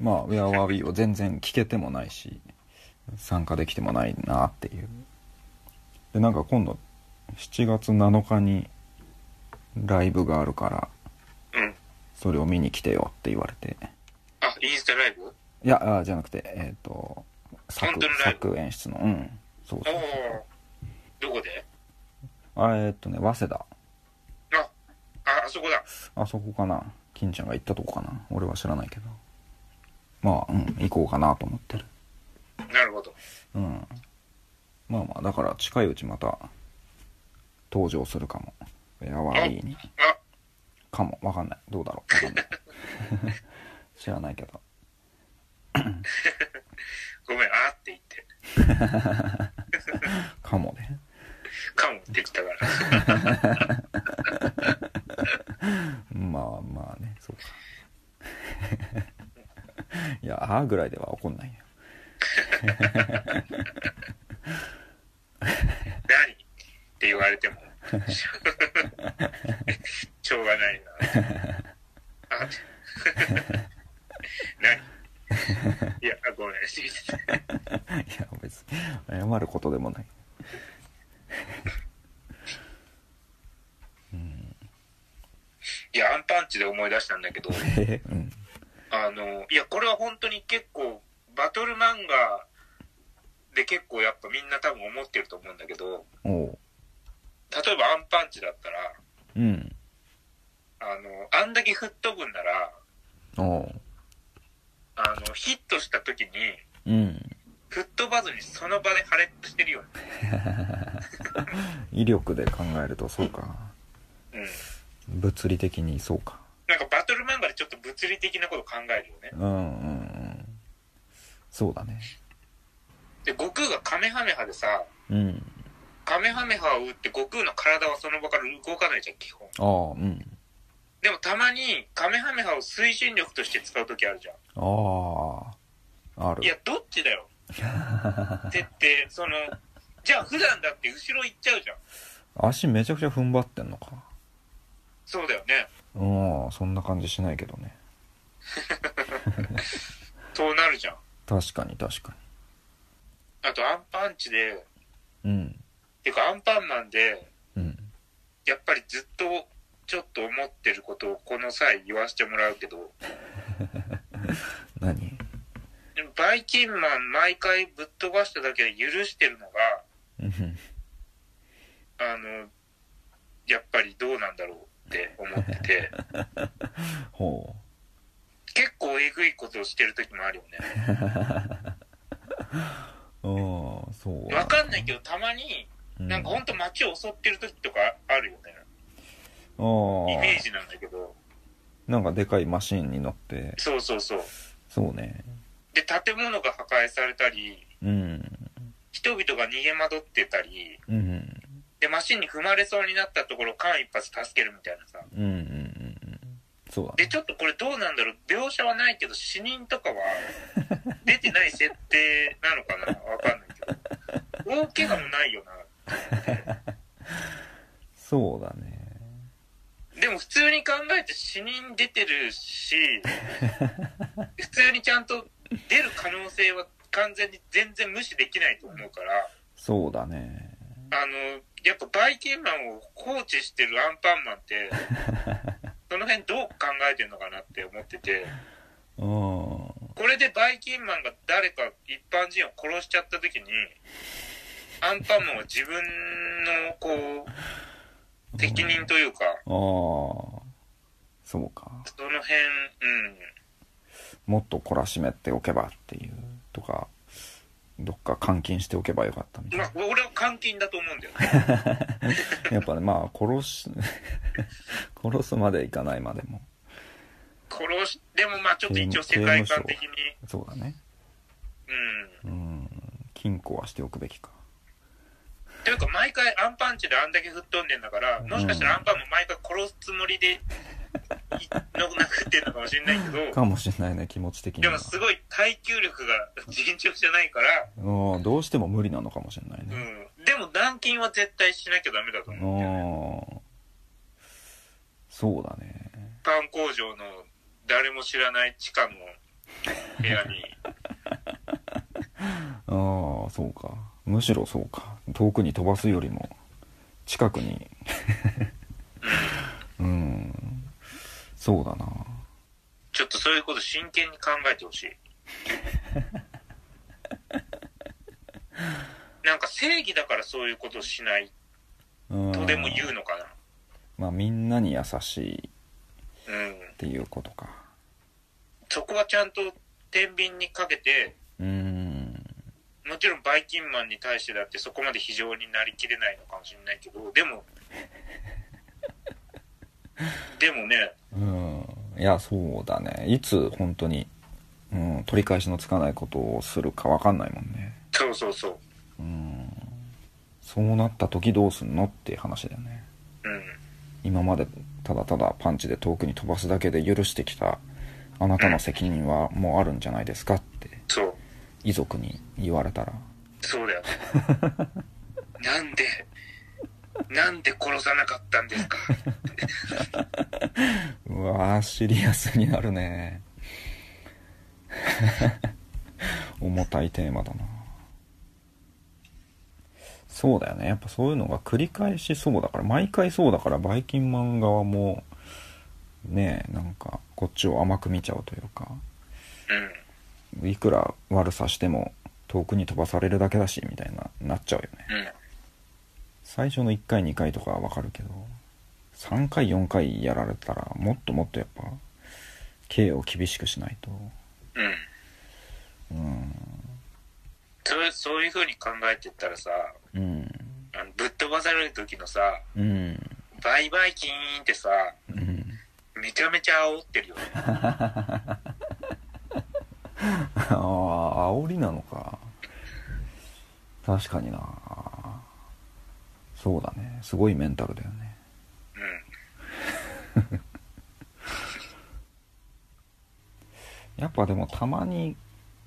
[SPEAKER 1] まあ「ウェア・ワー・ビー」を全然聞けてもないし参加できてもないなっていうでなんか今度7月7日にライブがあるから
[SPEAKER 2] うん。
[SPEAKER 1] それを見に来てよって言われて
[SPEAKER 2] あ、インスタライブお
[SPEAKER 1] いやあーじゃなくてえっ、と
[SPEAKER 2] 本
[SPEAKER 1] 作
[SPEAKER 2] 当のライブ
[SPEAKER 1] 作演出のうんそうそう
[SPEAKER 2] おどこで
[SPEAKER 1] あれえっとね早稲田
[SPEAKER 2] あ、あ、あそこだ。
[SPEAKER 1] あそこかな金ちゃんが行ったとこかな俺は知らないけどまあうん行こうかなと思ってる
[SPEAKER 2] なるほど。
[SPEAKER 1] うんまあまあだから近いうちまた登場するかもウェアワーリーに
[SPEAKER 2] あ、
[SPEAKER 1] かもわかんないどうだろうわかんない知らないけど
[SPEAKER 2] ごめん、あって言って。
[SPEAKER 1] かもね
[SPEAKER 2] カモって言ったから。
[SPEAKER 1] まあまあねそうか いやああぐらいでは怒んないよ
[SPEAKER 2] 何って言われてもしょうがないなあ何いやあごめん
[SPEAKER 1] いや別に謝ることでもない
[SPEAKER 2] いやアンパンチで思い出したんだけど
[SPEAKER 1] え うん
[SPEAKER 2] あのいやこれは本当に結構バトル漫画で結構やっぱみんな多分思ってると思うんだけど
[SPEAKER 1] おう
[SPEAKER 2] 例えばアンパンチだったら
[SPEAKER 1] うん
[SPEAKER 2] あのあんだけ吹っ飛ぶんなら
[SPEAKER 1] おう
[SPEAKER 2] あのヒットした時に
[SPEAKER 1] うん
[SPEAKER 2] 吹っ飛ばずにその場で破裂してるよね
[SPEAKER 1] 威力で考えるとそうか
[SPEAKER 2] うん
[SPEAKER 1] 物理的にそうか
[SPEAKER 2] なんかバトル漫画でちょっと物物理的なこと考えるよね。
[SPEAKER 1] うんうんうんそうだね
[SPEAKER 2] で、悟空がカメハメハでさ、
[SPEAKER 1] うん
[SPEAKER 2] カメハメハを打って悟空の体はその場から動かないじゃん、基本。
[SPEAKER 1] ああうん
[SPEAKER 2] でもたまにカメハメハを推進力として使う時あるじゃん。
[SPEAKER 1] あああ
[SPEAKER 2] いや
[SPEAKER 1] る、
[SPEAKER 2] どっちだよ。ってって、その、じゃあ普段だって後ろ行っちゃうじゃん。
[SPEAKER 1] 足めちゃくちゃ踏ん張ってんのか
[SPEAKER 2] そうだよね。
[SPEAKER 1] うんそんな感じしないけどね
[SPEAKER 2] そうなるじゃん。
[SPEAKER 1] 確かに確か
[SPEAKER 2] あとアンパンチで、
[SPEAKER 1] にうん
[SPEAKER 2] てかアンパンマンで、
[SPEAKER 1] うん
[SPEAKER 2] やっぱりずっとちょっと思ってることをこの際言わせてもらうけど、
[SPEAKER 1] 何
[SPEAKER 2] でもバイキンマン毎回ぶっ飛ばしただけで許してるのが、
[SPEAKER 1] うん
[SPEAKER 2] あの、やっぱりどうなんだろうって思ってて、
[SPEAKER 1] ほ
[SPEAKER 2] 結構えぐいことをしてる時もあるよね。
[SPEAKER 1] ううんそう
[SPEAKER 2] わかんないけど、たまに、
[SPEAKER 1] ど
[SPEAKER 2] なんかほんと街を襲ってる時とかあるよね。イ
[SPEAKER 1] あ
[SPEAKER 2] メージなんだけど。
[SPEAKER 1] あなんかでかいマシンに乗って
[SPEAKER 2] そうそうそう。
[SPEAKER 1] そうね
[SPEAKER 2] で、建物が破壊されたり、
[SPEAKER 1] うん
[SPEAKER 2] 人々が逃げ惑ってたり、
[SPEAKER 1] うんうん
[SPEAKER 2] で、マシンに踏まれそうになったところ間一髪助けるみたいなさ。
[SPEAKER 1] うんうんうんそうだね
[SPEAKER 2] で、ちょっとこれどうなんだろう描写はないけど、死人と かは出てない設定なのかなわかんないけど。大怪我もないよな。
[SPEAKER 1] そうだね
[SPEAKER 2] でも普通に考えて死人出てるし、普通にちゃんと出る可能性は完全に全然無視できないと思うから、
[SPEAKER 1] そうだね
[SPEAKER 2] あの、やっぱバイキンマンを放置してるアンパンマンって、その辺どう考えてるのかなって思ってて、
[SPEAKER 1] うん
[SPEAKER 2] これでバイキンマンが誰か一般人を殺しちゃった時に、アンパンマンは自分のこう、責任というか、
[SPEAKER 1] ああそうか
[SPEAKER 2] その辺、うん、
[SPEAKER 1] もっと懲らしめておけばっていうとかどっか監禁しておけばよかったみたい
[SPEAKER 2] ま
[SPEAKER 1] な
[SPEAKER 2] あ、俺は監禁だと思うんだよね。
[SPEAKER 1] やっぱねまあ殺し 殺すまでいかないまでも
[SPEAKER 2] 殺し、でもまあちょっと一応世界観的に、
[SPEAKER 1] そうだね
[SPEAKER 2] うん。
[SPEAKER 1] うん禁錮はしておくべきか
[SPEAKER 2] というか毎回アンパンチであんだけ吹っ飛んでんだからもしかしたらアンパンも毎回殺すつもりでいのなくってんのかもしれないけど
[SPEAKER 1] かもしれないね気持ち的に
[SPEAKER 2] で
[SPEAKER 1] は
[SPEAKER 2] もすごい耐久力が尋常じゃないから、
[SPEAKER 1] うんどうしても無理なのかもしれないうね
[SPEAKER 2] ん、でも軟禁は絶対しなきゃダメだと
[SPEAKER 1] う
[SPEAKER 2] 思うんだよね
[SPEAKER 1] んそうだね
[SPEAKER 2] パン工場の誰も知らない地下の部屋に
[SPEAKER 1] ああそうかむしろそうか遠くに飛ばすよりも近く にうんそうだな
[SPEAKER 2] ちょっとそういうこと真剣に考えて ほしいなんか正義だからそういうことしない
[SPEAKER 1] うん
[SPEAKER 2] とでも言うのかな
[SPEAKER 1] まあみんなに優しいっ
[SPEAKER 2] うん、
[SPEAKER 1] ていうことか
[SPEAKER 2] そこはちゃんと天秤にかけて
[SPEAKER 1] うん
[SPEAKER 2] もちろんバイキンマンに対してだってそこまで非常になりきれないのかもしれないけど でもでもね
[SPEAKER 1] うんいやそうだねいつ本当に、うん、取り返しのつかないことをするか分かんないもんね
[SPEAKER 2] そうそうそう
[SPEAKER 1] うんそうなった時どうすんのっていう話だよね
[SPEAKER 2] うん
[SPEAKER 1] 今までただただパンチで遠くに飛ばすだけで許してきたあなたの責任はもうあるんじゃないですかって
[SPEAKER 2] そう
[SPEAKER 1] 遺族に言われたら
[SPEAKER 2] そう だよなんでなんで殺さなかったんですか
[SPEAKER 1] うわーシリアスになるね 重たいテーマだなそうだよねやっぱそういうのが繰り返しそうだから毎回そうだからバイキンマン側もねえなんかこっちを甘く見ちゃうというか
[SPEAKER 2] うん
[SPEAKER 1] いくら悪さしても遠くに飛ばされるだけだしみたいななっちゃうよね
[SPEAKER 2] うん
[SPEAKER 1] 最初の1回2回とかはわかるけど3回4回やられたらもっともっとやっぱ刑を厳しくしないと
[SPEAKER 2] うん
[SPEAKER 1] うん
[SPEAKER 2] そうそういうふうに考えてったらさ
[SPEAKER 1] うん
[SPEAKER 2] あのぶっ飛ばされる時のさ
[SPEAKER 1] うん
[SPEAKER 2] バイバイキーンってさ
[SPEAKER 1] うん
[SPEAKER 2] めちゃめちゃ煽ってるよね。
[SPEAKER 1] ああ煽りなのか確かになそうだねすごいメンタルだよね
[SPEAKER 2] うん。
[SPEAKER 1] やっぱでもたまに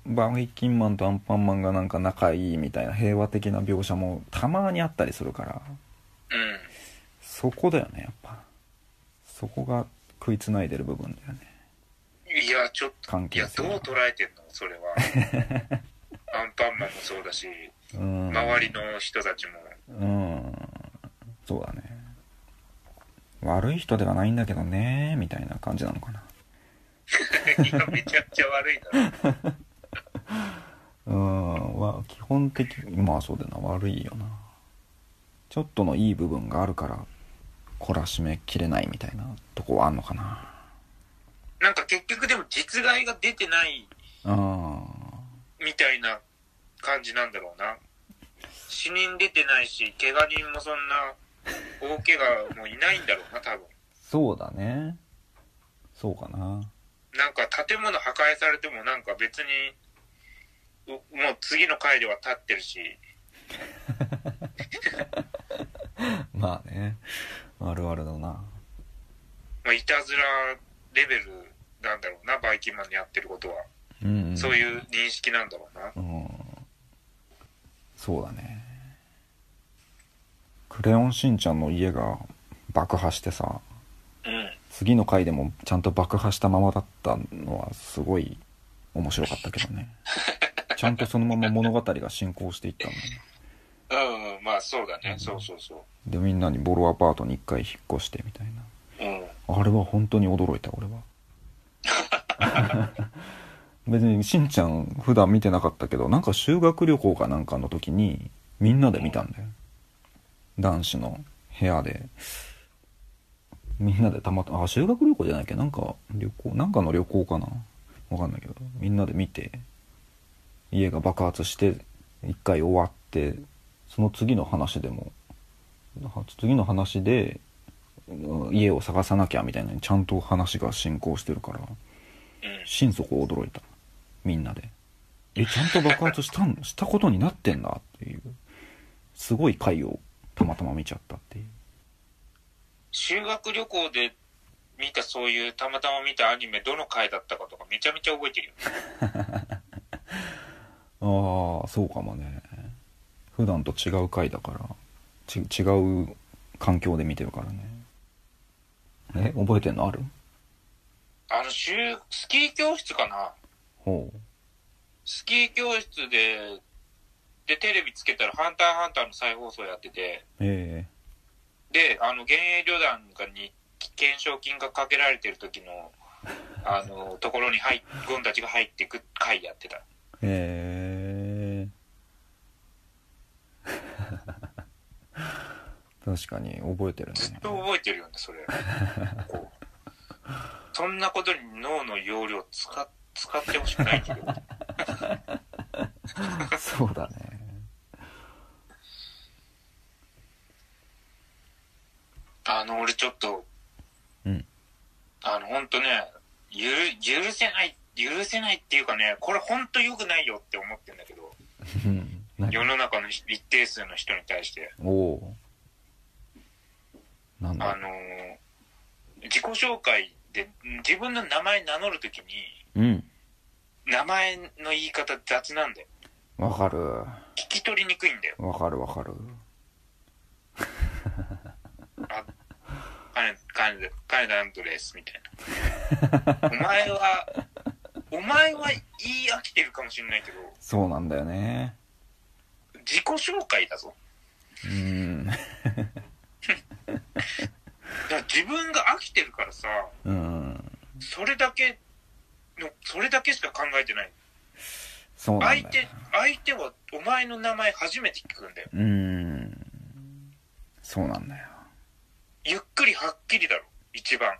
[SPEAKER 1] バーキキンマンとアンパンマンがなんか仲いいみたいな平和的な描写もたまにあったりするから
[SPEAKER 2] うん。
[SPEAKER 1] そこだよねやっぱそこが食いつないでる部分だよね
[SPEAKER 2] いや、ちょっ
[SPEAKER 1] 関
[SPEAKER 2] と、
[SPEAKER 1] 係
[SPEAKER 2] いや、
[SPEAKER 1] 性
[SPEAKER 2] どう
[SPEAKER 1] が
[SPEAKER 2] 捉えてんのそれ は。アンパンマンもそうだし、
[SPEAKER 1] うん
[SPEAKER 2] 周りの人たちも。
[SPEAKER 1] うんそうだね悪い人ではないんだけどねみたいな感じなのかない
[SPEAKER 2] や、めちゃくちゃ悪いだろ。
[SPEAKER 1] うんは基本的にまあそうだよな悪いよなちょっとのいい部分があるから懲らしめきれないみたいなとこはあんのかな
[SPEAKER 2] なんか結局でも実害が出てない
[SPEAKER 1] うん
[SPEAKER 2] みたいな感じなんだろうな。死人出てないし、怪我人もそんな大怪我もいないんだろうな、多分。
[SPEAKER 1] そうだねそうかな
[SPEAKER 2] なんか建物破壊されてもなんか別に、うもう次の回では立ってるし、
[SPEAKER 1] まあねあるあるだな
[SPEAKER 2] まあ、いたずらレベルなんだろうな、バイキンマンのやってることは。
[SPEAKER 1] うん、うん、
[SPEAKER 2] そういう認識なんだろうな。
[SPEAKER 1] うんそうだね「クレヨンしんちゃん」の家が爆破してさ
[SPEAKER 2] うん。
[SPEAKER 1] 次の回でもちゃんと爆破したままだったのはすごい面白かったけどねちゃんとそのまま物語が進行していったんだね
[SPEAKER 2] うん、まあそうだね。そうそうそう。
[SPEAKER 1] でみんなにボロアパートに一回引っ越してみたいな
[SPEAKER 2] うん。
[SPEAKER 1] あれは本当に驚いた俺は 別にしんちゃん普段見てなかったけどなんか修学旅行かなんかの時にみんなで見たんだよ男子の部屋でみんなでたまたまあ修学旅行じゃないっけなんか旅行なんかの旅行かなわかんないけどみんなで見て家が爆発して一回終わってその次の話でもは次の話でうん家を探さなきゃみたいなのにちゃんと話が進行してるから
[SPEAKER 2] うん。
[SPEAKER 1] 心底驚いたみんなでえちゃんと爆発したんしたことになってんだっていうすごい回をたまたま見ちゃったっていう
[SPEAKER 2] 修学旅行で見たそういう、たまたま見たアニメ、どの回だったかとかめちゃめちゃ覚えてるよ。
[SPEAKER 1] ああそうかもね普段と違う回だからち違う環境で見てるからねえ覚えてんのある
[SPEAKER 2] あの、修、スキー教室かな
[SPEAKER 1] ほ
[SPEAKER 2] スキー教室で、で、テレビつけたら、ハンターハンターの再放送やってて、
[SPEAKER 1] うえ
[SPEAKER 2] で、あの、現役旅団がに、懸賞金がかけられてる時の、 あの、ところに入っ、ゴンたちが入ってく回やってた。
[SPEAKER 1] えええ 確かに覚えてるね
[SPEAKER 2] ずっと覚えてるよね、 それ。こうそんなことに脳の容量使っ使ってほしくない けど。
[SPEAKER 1] そうだね。
[SPEAKER 2] あの、俺ちょっと、
[SPEAKER 1] うん
[SPEAKER 2] あの、ほんとね、ゆる、許せない、許せないっていうかね、これほんと良くないよって思ってんだけど、
[SPEAKER 1] うん。何
[SPEAKER 2] 世の中の一定数の人に対して、
[SPEAKER 1] おおう。なん
[SPEAKER 2] あ
[SPEAKER 1] だ
[SPEAKER 2] のー自己紹介で、自分の名前名乗るときに、
[SPEAKER 1] うん。
[SPEAKER 2] 名前の言い方雑なんだよ。
[SPEAKER 1] わかる。
[SPEAKER 2] 聞き取りにくいんだよ。
[SPEAKER 1] わかるわかる。
[SPEAKER 2] あ、カネ、カネ、カネダンドレスみたい な。お前は、お前は言い飽きてるかもしれないけど、
[SPEAKER 1] そうなんだよね。
[SPEAKER 2] 自己紹介だぞ。
[SPEAKER 1] うん。
[SPEAKER 2] だから自分が飽きてるからさ、
[SPEAKER 1] うん。
[SPEAKER 2] それだけの、それだけしか考えてない。
[SPEAKER 1] そうなんだ
[SPEAKER 2] 相
[SPEAKER 1] よ。
[SPEAKER 2] 手、相手はお前の名前初めて聞くんだよ。
[SPEAKER 1] うん。そうなんだよ。
[SPEAKER 2] ゆっくりはっきりだろ、一番。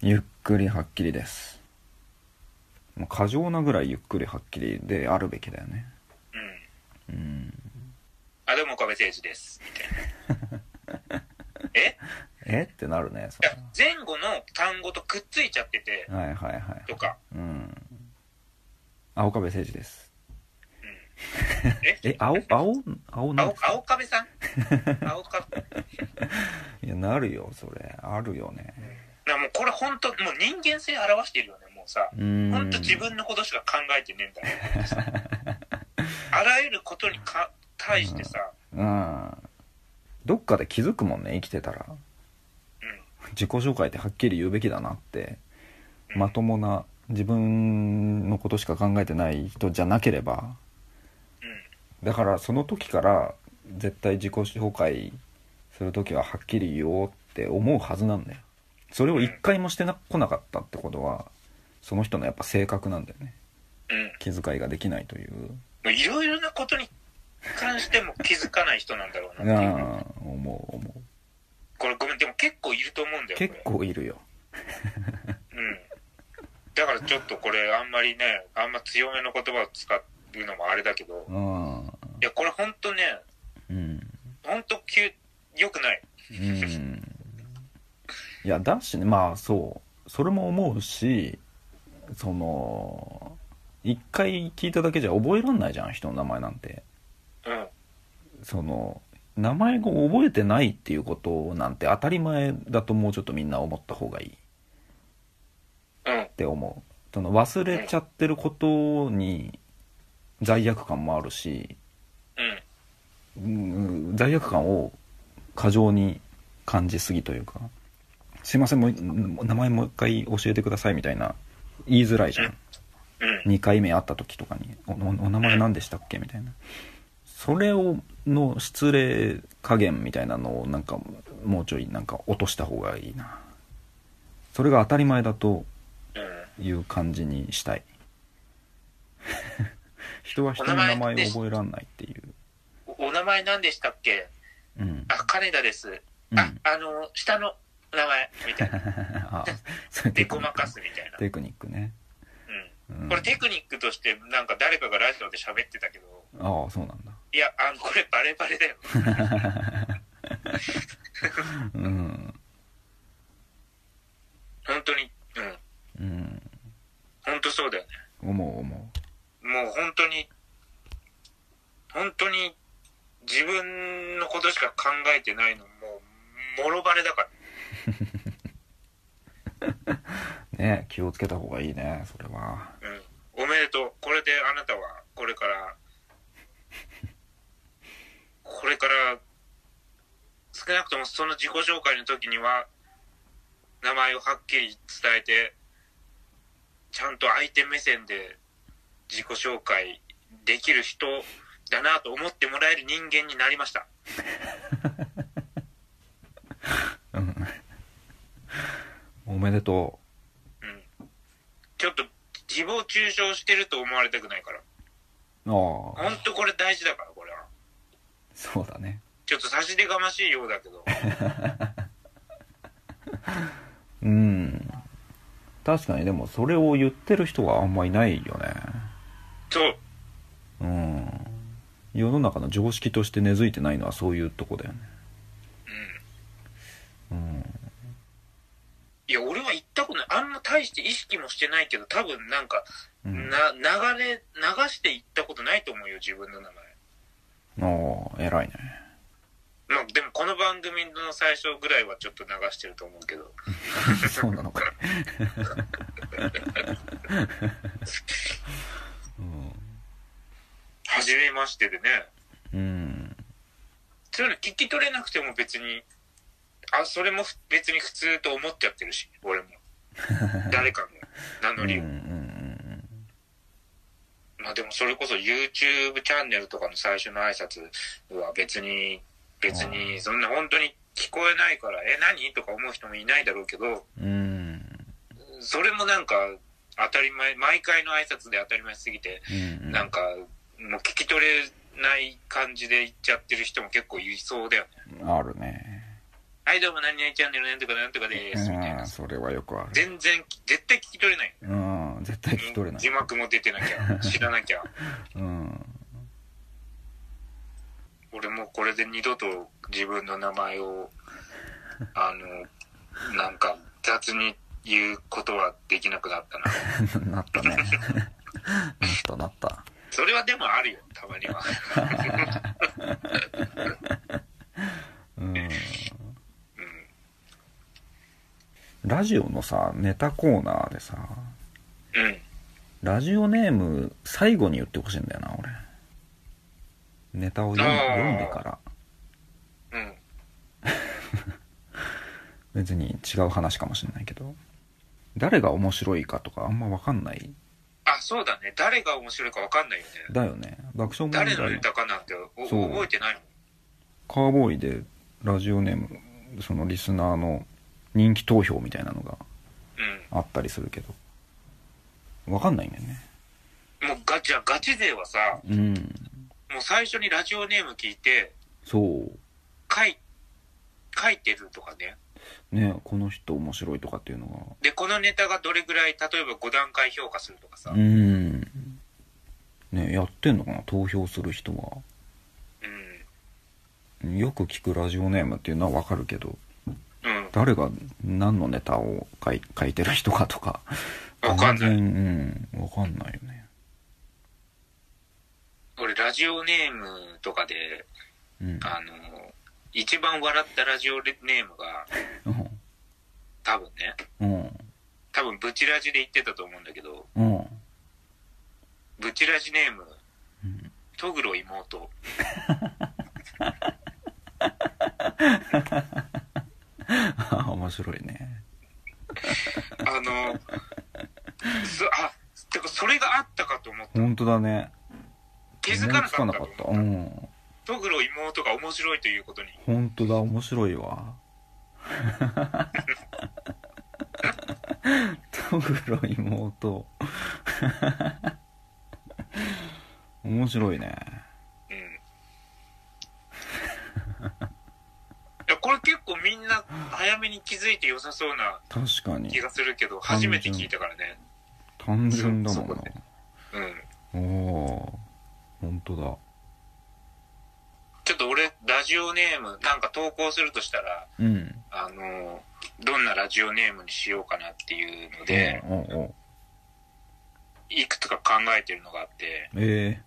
[SPEAKER 1] ゆっくりはっきりです。もう過剰なぐらいゆっくりはっきりであるべきだよね。
[SPEAKER 2] うん。
[SPEAKER 1] うん。
[SPEAKER 2] あ、どうも岡部誠司です。みたいな。え
[SPEAKER 1] えってなるね、そ
[SPEAKER 2] いや前後の単語とくっついちゃってて
[SPEAKER 1] れ。はいはいはい。
[SPEAKER 2] とか、
[SPEAKER 1] うん。あ、岡部誠二です。
[SPEAKER 2] え
[SPEAKER 1] え、青、青、青なん
[SPEAKER 2] 青
[SPEAKER 1] ですか
[SPEAKER 2] 青 壁さん青壁
[SPEAKER 1] いや、なるよ、それ。あるよね。
[SPEAKER 2] なもうこれ本当もう人間性表してるよねもうさ
[SPEAKER 1] うーん。
[SPEAKER 2] 本当自分のことしか考えてねえんだよ あらゆることにか対してさ、
[SPEAKER 1] うん。どっかで気づくもんね、生きてたら。
[SPEAKER 2] うん、
[SPEAKER 1] 自己紹介ってはっきり言うべきだなって
[SPEAKER 2] うん
[SPEAKER 1] まともな自分のことしか考えてない人じゃなければ
[SPEAKER 2] うん
[SPEAKER 1] だからその時から絶対自己紹介する時ははっきり言おうって思うはずなんだよそれを一回もしてな来なかったってことはその人のやっぱ性格なんだよね
[SPEAKER 2] うん
[SPEAKER 1] 気遣いができないという
[SPEAKER 2] もういろいろなことに関しても気づかない人なんだろうなっていう
[SPEAKER 1] ああ思う思う
[SPEAKER 2] これごめんでも結構いると思うんだよこれ
[SPEAKER 1] 結構いるよ
[SPEAKER 2] うんだからちょっとこれあんまりねあんま強めの言葉を使うのもあれだけど
[SPEAKER 1] うん
[SPEAKER 2] いやこれほんとね
[SPEAKER 1] うん
[SPEAKER 2] ほんと急良くない
[SPEAKER 1] うんいやだしねまあそうそれも思うしその一回聞いただけじゃ覚えらんないじゃん人の名前なんて
[SPEAKER 2] うん
[SPEAKER 1] その名前が覚えてないっていうことなんて当たり前だともうちょっとみんな思った方がいいっ
[SPEAKER 2] うん
[SPEAKER 1] て思うその忘れちゃってることに罪悪感もあるし、
[SPEAKER 2] うん
[SPEAKER 1] うん罪悪感を過剰に感じすぎというか「すいませんもう名前もう一回教えてください」みたいな言いづらいじゃん
[SPEAKER 2] うん
[SPEAKER 1] 2回目会った時とかに「おおお名前何でしたっけ?」みたいなそれをの失礼加減みたいなのをなんかもうちょいなんか落とした方がいいなそれが当たり前だと
[SPEAKER 2] うん
[SPEAKER 1] いう感じにしたい人は人の名前を覚えらんないっていう
[SPEAKER 2] おお名前何でしたっけ
[SPEAKER 1] うん
[SPEAKER 2] あ金田です、
[SPEAKER 1] うん
[SPEAKER 2] ああの下の名前みたい な
[SPEAKER 1] あそういう
[SPEAKER 2] で
[SPEAKER 1] テク
[SPEAKER 2] ご
[SPEAKER 1] ニッ
[SPEAKER 2] ま
[SPEAKER 1] ク
[SPEAKER 2] かすみたいな、
[SPEAKER 1] テクニックね、
[SPEAKER 2] う
[SPEAKER 1] うん
[SPEAKER 2] ん、これテクニックとしてなんか誰かがラジオで喋ってたけど
[SPEAKER 1] ああそうなんだ
[SPEAKER 2] いやあのこれバレバレだよ
[SPEAKER 1] うん
[SPEAKER 2] 本当にうん
[SPEAKER 1] うん
[SPEAKER 2] 本当そうだよね
[SPEAKER 1] 思う思
[SPEAKER 2] もう本当に本当に自分のことしか考えてないのもうもろバレだから
[SPEAKER 1] うね気をつけた方がいいねそれは
[SPEAKER 2] うん、おめでとうこれであなたはこれからこれから少なくともその自己紹介の時には名前をはっきり伝えてちゃんと相手目線で自己紹介できる人だなと思ってもらえる人間になりました
[SPEAKER 1] おめでと
[SPEAKER 2] ちょっと誹謗中傷してると思われたくないから
[SPEAKER 1] うああ
[SPEAKER 2] 本当これ大事だからこれは
[SPEAKER 1] そうだね
[SPEAKER 2] ちょっと差し出がましいようだけ ど
[SPEAKER 1] うん確かにでもそれを言ってる人はあんまいないよね
[SPEAKER 2] そう
[SPEAKER 1] うん世の中の常識として根付いてないのはそういうとこだよね
[SPEAKER 2] うん
[SPEAKER 1] うん
[SPEAKER 2] いや、俺は行ったことない。あんま大して意識もしてないけど、多分なんか、
[SPEAKER 1] うん
[SPEAKER 2] な、流れ、流して行ったことないと思うよ、自分の名前。
[SPEAKER 1] ああ偉いね
[SPEAKER 2] まあ、でもこの番組の最初ぐらいはちょっと流してると思うけど。
[SPEAKER 1] そうなの か。
[SPEAKER 2] 初めましてでね。
[SPEAKER 1] うん。うん。
[SPEAKER 2] そういうの聞き取れなくても別に、あ、それもふ別に普通と思っちゃってるし、俺 も。誰かも。名
[SPEAKER 1] う
[SPEAKER 2] 乗
[SPEAKER 1] んうん
[SPEAKER 2] り
[SPEAKER 1] う
[SPEAKER 2] を。
[SPEAKER 1] ん
[SPEAKER 2] まあでもそれこそ YouTube チャンネルとかの最初の挨拶は別に、別に、そんな本当に聞こえないから、え、何とか思う人もいないだろうけど、
[SPEAKER 1] うん。うん。
[SPEAKER 2] それもなんか当たり前、毎回の挨拶で当たり前すぎて、
[SPEAKER 1] うん
[SPEAKER 2] なんかもう聞き取れない感じで言っちゃってる人も結構いそうだよね。
[SPEAKER 1] あるね。
[SPEAKER 2] はい、どうも何々チャンネルなんとかなんとかでーす、みたい
[SPEAKER 1] あ
[SPEAKER 2] な
[SPEAKER 1] あ。それはよくある。
[SPEAKER 2] 全然、絶対聞き取れない。
[SPEAKER 1] うん、絶対聞き取れない
[SPEAKER 2] 字。幕も出てなきゃ、知らなきゃ。
[SPEAKER 1] うん。
[SPEAKER 2] 俺もうこれで二度と自分の名前をあの、なんか雑に言うことはできなくなったな。
[SPEAKER 1] なったね なったなった
[SPEAKER 2] それはでもあるよ、たまに は。
[SPEAKER 1] うん
[SPEAKER 2] うん。
[SPEAKER 1] ラジオのさネタコーナーでさ
[SPEAKER 2] うん。
[SPEAKER 1] ラジオネーム最後に言ってほしいんだよな俺ネタを読ん
[SPEAKER 2] あー
[SPEAKER 1] 読んでから
[SPEAKER 2] うん。
[SPEAKER 1] 別に違う話かもしれないけど誰が面白いかとかあんま分かんない
[SPEAKER 2] あ、そうだね。誰が面白いか分かんないよね。
[SPEAKER 1] だよね爆笑問題
[SPEAKER 2] 誰のネ
[SPEAKER 1] の
[SPEAKER 2] タかなんてお
[SPEAKER 1] そう
[SPEAKER 2] 覚えてないもん。
[SPEAKER 1] カーボーイでラジオネームそのリスナーの人気投票みたいなのがあったりするけど分かんないんだよね
[SPEAKER 2] うん。もうガチャ、ガチ勢はさ、
[SPEAKER 1] うん
[SPEAKER 2] もう最初にラジオネーム聞いて、
[SPEAKER 1] そう
[SPEAKER 2] 書い、書いてるとかね。
[SPEAKER 1] ねこの人面白いとかっていうの
[SPEAKER 2] で、このネタがどれぐらい、例えば5段階評価するとかさ。
[SPEAKER 1] が
[SPEAKER 2] う。
[SPEAKER 1] うんんねやってんのかな投票する人はよく聞くラジオネームっていうのは分かるけど
[SPEAKER 2] うん。
[SPEAKER 1] 誰が何のネタを書い書いてる人かとか
[SPEAKER 2] 分かんない
[SPEAKER 1] 全。然うん分かんないよね
[SPEAKER 2] 俺、ラジオネームとかで、
[SPEAKER 1] うん
[SPEAKER 2] あの、一番笑ったラジオネームが、多分ね、
[SPEAKER 1] うん
[SPEAKER 2] 多分ブチラジで言ってたと思うんだけど、
[SPEAKER 1] うんうん
[SPEAKER 2] ブチラジネーム、
[SPEAKER 1] うん
[SPEAKER 2] トグロ妹。
[SPEAKER 1] あ面白いね
[SPEAKER 2] あの、そあ、てかそれがあったかと思った。
[SPEAKER 1] 本当だね
[SPEAKER 2] 気づかなか
[SPEAKER 1] 思
[SPEAKER 2] っ
[SPEAKER 1] い
[SPEAKER 2] た
[SPEAKER 1] つ
[SPEAKER 2] と
[SPEAKER 1] か
[SPEAKER 2] 思
[SPEAKER 1] なかったうん
[SPEAKER 2] った。トグロ妹が面白いということに。
[SPEAKER 1] 本当だ面白いわトグロ妹面白いね
[SPEAKER 2] うん。いや、これ結構みんな早めに気づいて良さそうな
[SPEAKER 1] 確かに
[SPEAKER 2] 気がするけど、初めて聞いたからね。
[SPEAKER 1] 単純だもん
[SPEAKER 2] そ
[SPEAKER 1] な
[SPEAKER 2] う
[SPEAKER 1] お
[SPEAKER 2] うん。
[SPEAKER 1] おー本当だ
[SPEAKER 2] ちょっと俺、ラジオネーム、なんか投稿するとしたら、
[SPEAKER 1] うん
[SPEAKER 2] あの、どんなラジオネームにしようかなっていうので、
[SPEAKER 1] おうおう
[SPEAKER 2] いくつか考えてるのがあって、
[SPEAKER 1] え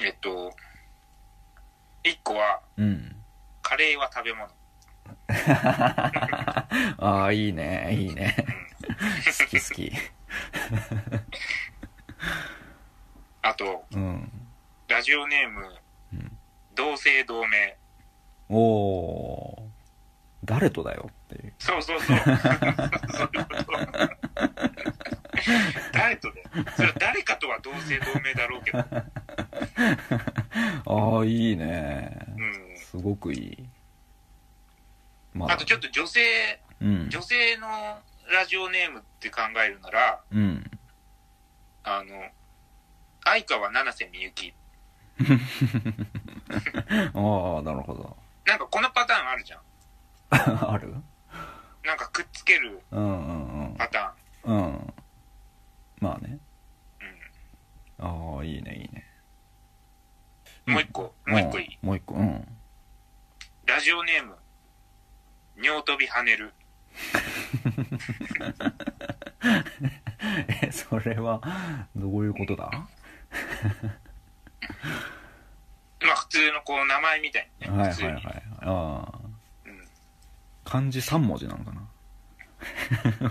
[SPEAKER 2] えっと、1個は、
[SPEAKER 1] えうん
[SPEAKER 2] カレーは食べ物。
[SPEAKER 1] ああいいねいいね好き好き
[SPEAKER 2] あと、
[SPEAKER 1] うん
[SPEAKER 2] ラジオネーム、
[SPEAKER 1] うん
[SPEAKER 2] 同姓同名。
[SPEAKER 1] おおー誰とだよっていう
[SPEAKER 2] そうそう そう。そういうこと誰とね、それは誰かとは同姓同名だろうけど、
[SPEAKER 1] ああいいね
[SPEAKER 2] うん。
[SPEAKER 1] すごくいいま
[SPEAKER 2] あとちょっと女性、
[SPEAKER 1] うん
[SPEAKER 2] 女性のラジオネームって考えるなら、
[SPEAKER 1] うん
[SPEAKER 2] あの、相川七瀬みゆき。
[SPEAKER 1] ああなるほど
[SPEAKER 2] なんかこのパターンあるじゃん。
[SPEAKER 1] ある
[SPEAKER 2] なんかくっつける
[SPEAKER 1] うんうん
[SPEAKER 2] パタ
[SPEAKER 1] うんうんまあね
[SPEAKER 2] ーン。
[SPEAKER 1] ああいいねいいね
[SPEAKER 2] うん。もう一個、もう一個いい。
[SPEAKER 1] もう一個うん
[SPEAKER 2] ラジオネーム、尿飛び跳ねる。
[SPEAKER 1] えそれはどういうことだ
[SPEAKER 2] まあ普通のこう名前みたいにね。
[SPEAKER 1] はいはい
[SPEAKER 2] 普通に。
[SPEAKER 1] はいああ
[SPEAKER 2] うん。
[SPEAKER 1] 漢字3文字なのかな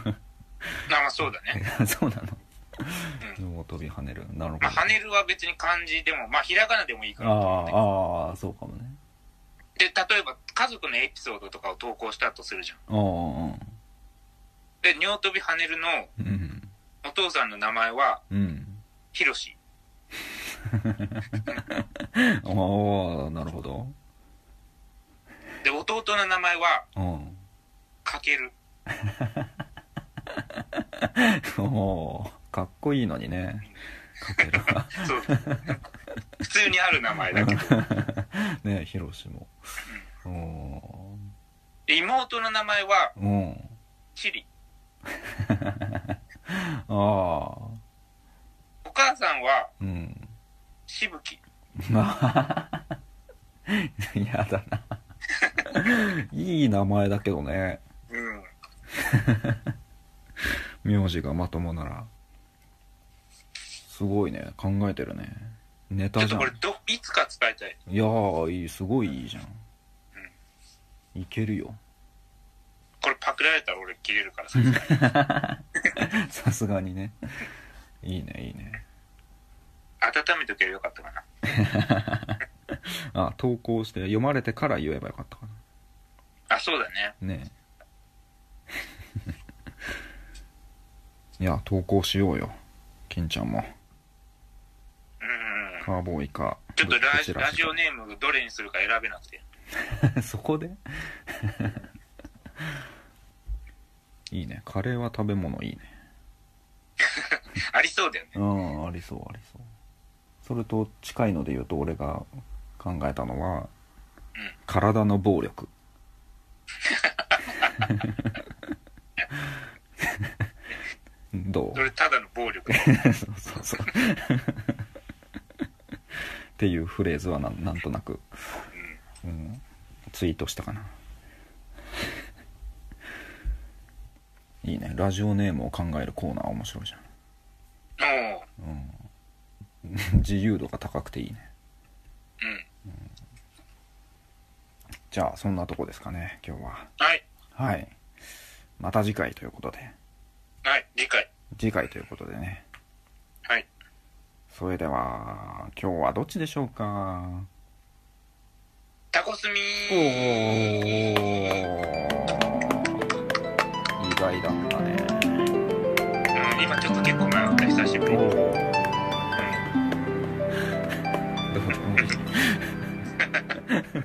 [SPEAKER 2] あまあそうだね。
[SPEAKER 1] そうなのう飛び跳ねるなるほど
[SPEAKER 2] まあ跳ねるは別に漢字でも、まあひらがなでもいいか
[SPEAKER 1] あ
[SPEAKER 2] らと思うんだけど。
[SPEAKER 1] あああそうかもね
[SPEAKER 2] で、例えば家族のエピソードとかを投稿したとするじゃ
[SPEAKER 1] ああ
[SPEAKER 2] ん。で、尿飛び跳ねるの
[SPEAKER 1] うん
[SPEAKER 2] お父さんの名前は、
[SPEAKER 1] うん
[SPEAKER 2] ひろし。
[SPEAKER 1] ああなるほど
[SPEAKER 2] で、弟の名前は、
[SPEAKER 1] うん
[SPEAKER 2] かける。
[SPEAKER 1] おーかっこいいのにねかける わ
[SPEAKER 2] そう。普通にある名前だけど。
[SPEAKER 1] ねヒロシもお
[SPEAKER 2] で妹の名前は、
[SPEAKER 1] ーうん
[SPEAKER 2] チリ。
[SPEAKER 1] ああ
[SPEAKER 2] お母さんは、
[SPEAKER 1] うん
[SPEAKER 2] しぶき。
[SPEAKER 1] まあ嫌だないい名前だけどね。
[SPEAKER 2] うん。
[SPEAKER 1] 名字がまともなら。すごいね。考えてるね。ネ
[SPEAKER 2] ちょ
[SPEAKER 1] タ
[SPEAKER 2] っ
[SPEAKER 1] じ
[SPEAKER 2] と
[SPEAKER 1] ゃん
[SPEAKER 2] これ。ど、いつか使いたい。
[SPEAKER 1] いやー、いい、すごいいいじゃん。いける よ。
[SPEAKER 2] これパクられたら俺切れるからさすがに
[SPEAKER 1] さすがにね。いいね、いいね。
[SPEAKER 2] 温めとけばよかったかな。
[SPEAKER 1] あ、投稿して読まれてから言えばよかったか
[SPEAKER 2] あ、そうだね。
[SPEAKER 1] な。 ねえ。いや、投稿しようよ。金ちゃんも。
[SPEAKER 2] うんうんうん。
[SPEAKER 1] カーボーイか。
[SPEAKER 2] ちょっとラ
[SPEAKER 1] ど
[SPEAKER 2] ジ
[SPEAKER 1] ちら
[SPEAKER 2] ラジオネームどれにするか選べなくて。
[SPEAKER 1] そこでいいね。カレーは食べ物いいね。
[SPEAKER 2] ありそうだよね。
[SPEAKER 1] うん、ありそう、ありそう。それと近いので言うと、俺が考えたのは、体の暴力。ど
[SPEAKER 2] それただの暴力だ。
[SPEAKER 1] うそうそうそう。っていうフレーズはなんなんとなく、
[SPEAKER 2] うん。
[SPEAKER 1] うん、ツイートしたかな。いいね。ラジオネームを考えるコーナー面白いじゃん。
[SPEAKER 2] おう
[SPEAKER 1] うん、 自由度が高くていいね
[SPEAKER 2] うん。
[SPEAKER 1] じゃあそんなとこですかね今日は
[SPEAKER 2] はい。
[SPEAKER 1] はいまた次回ということで
[SPEAKER 2] はい。理解。
[SPEAKER 1] 次回ということでね
[SPEAKER 2] はい。
[SPEAKER 1] それでは今日はどっちでしょうか
[SPEAKER 2] タコスミ
[SPEAKER 1] おー意外だったね
[SPEAKER 2] うん、今ちょっと結構迷った、久しぶり
[SPEAKER 1] お
[SPEAKER 2] に。うん。
[SPEAKER 1] ーどうでもいい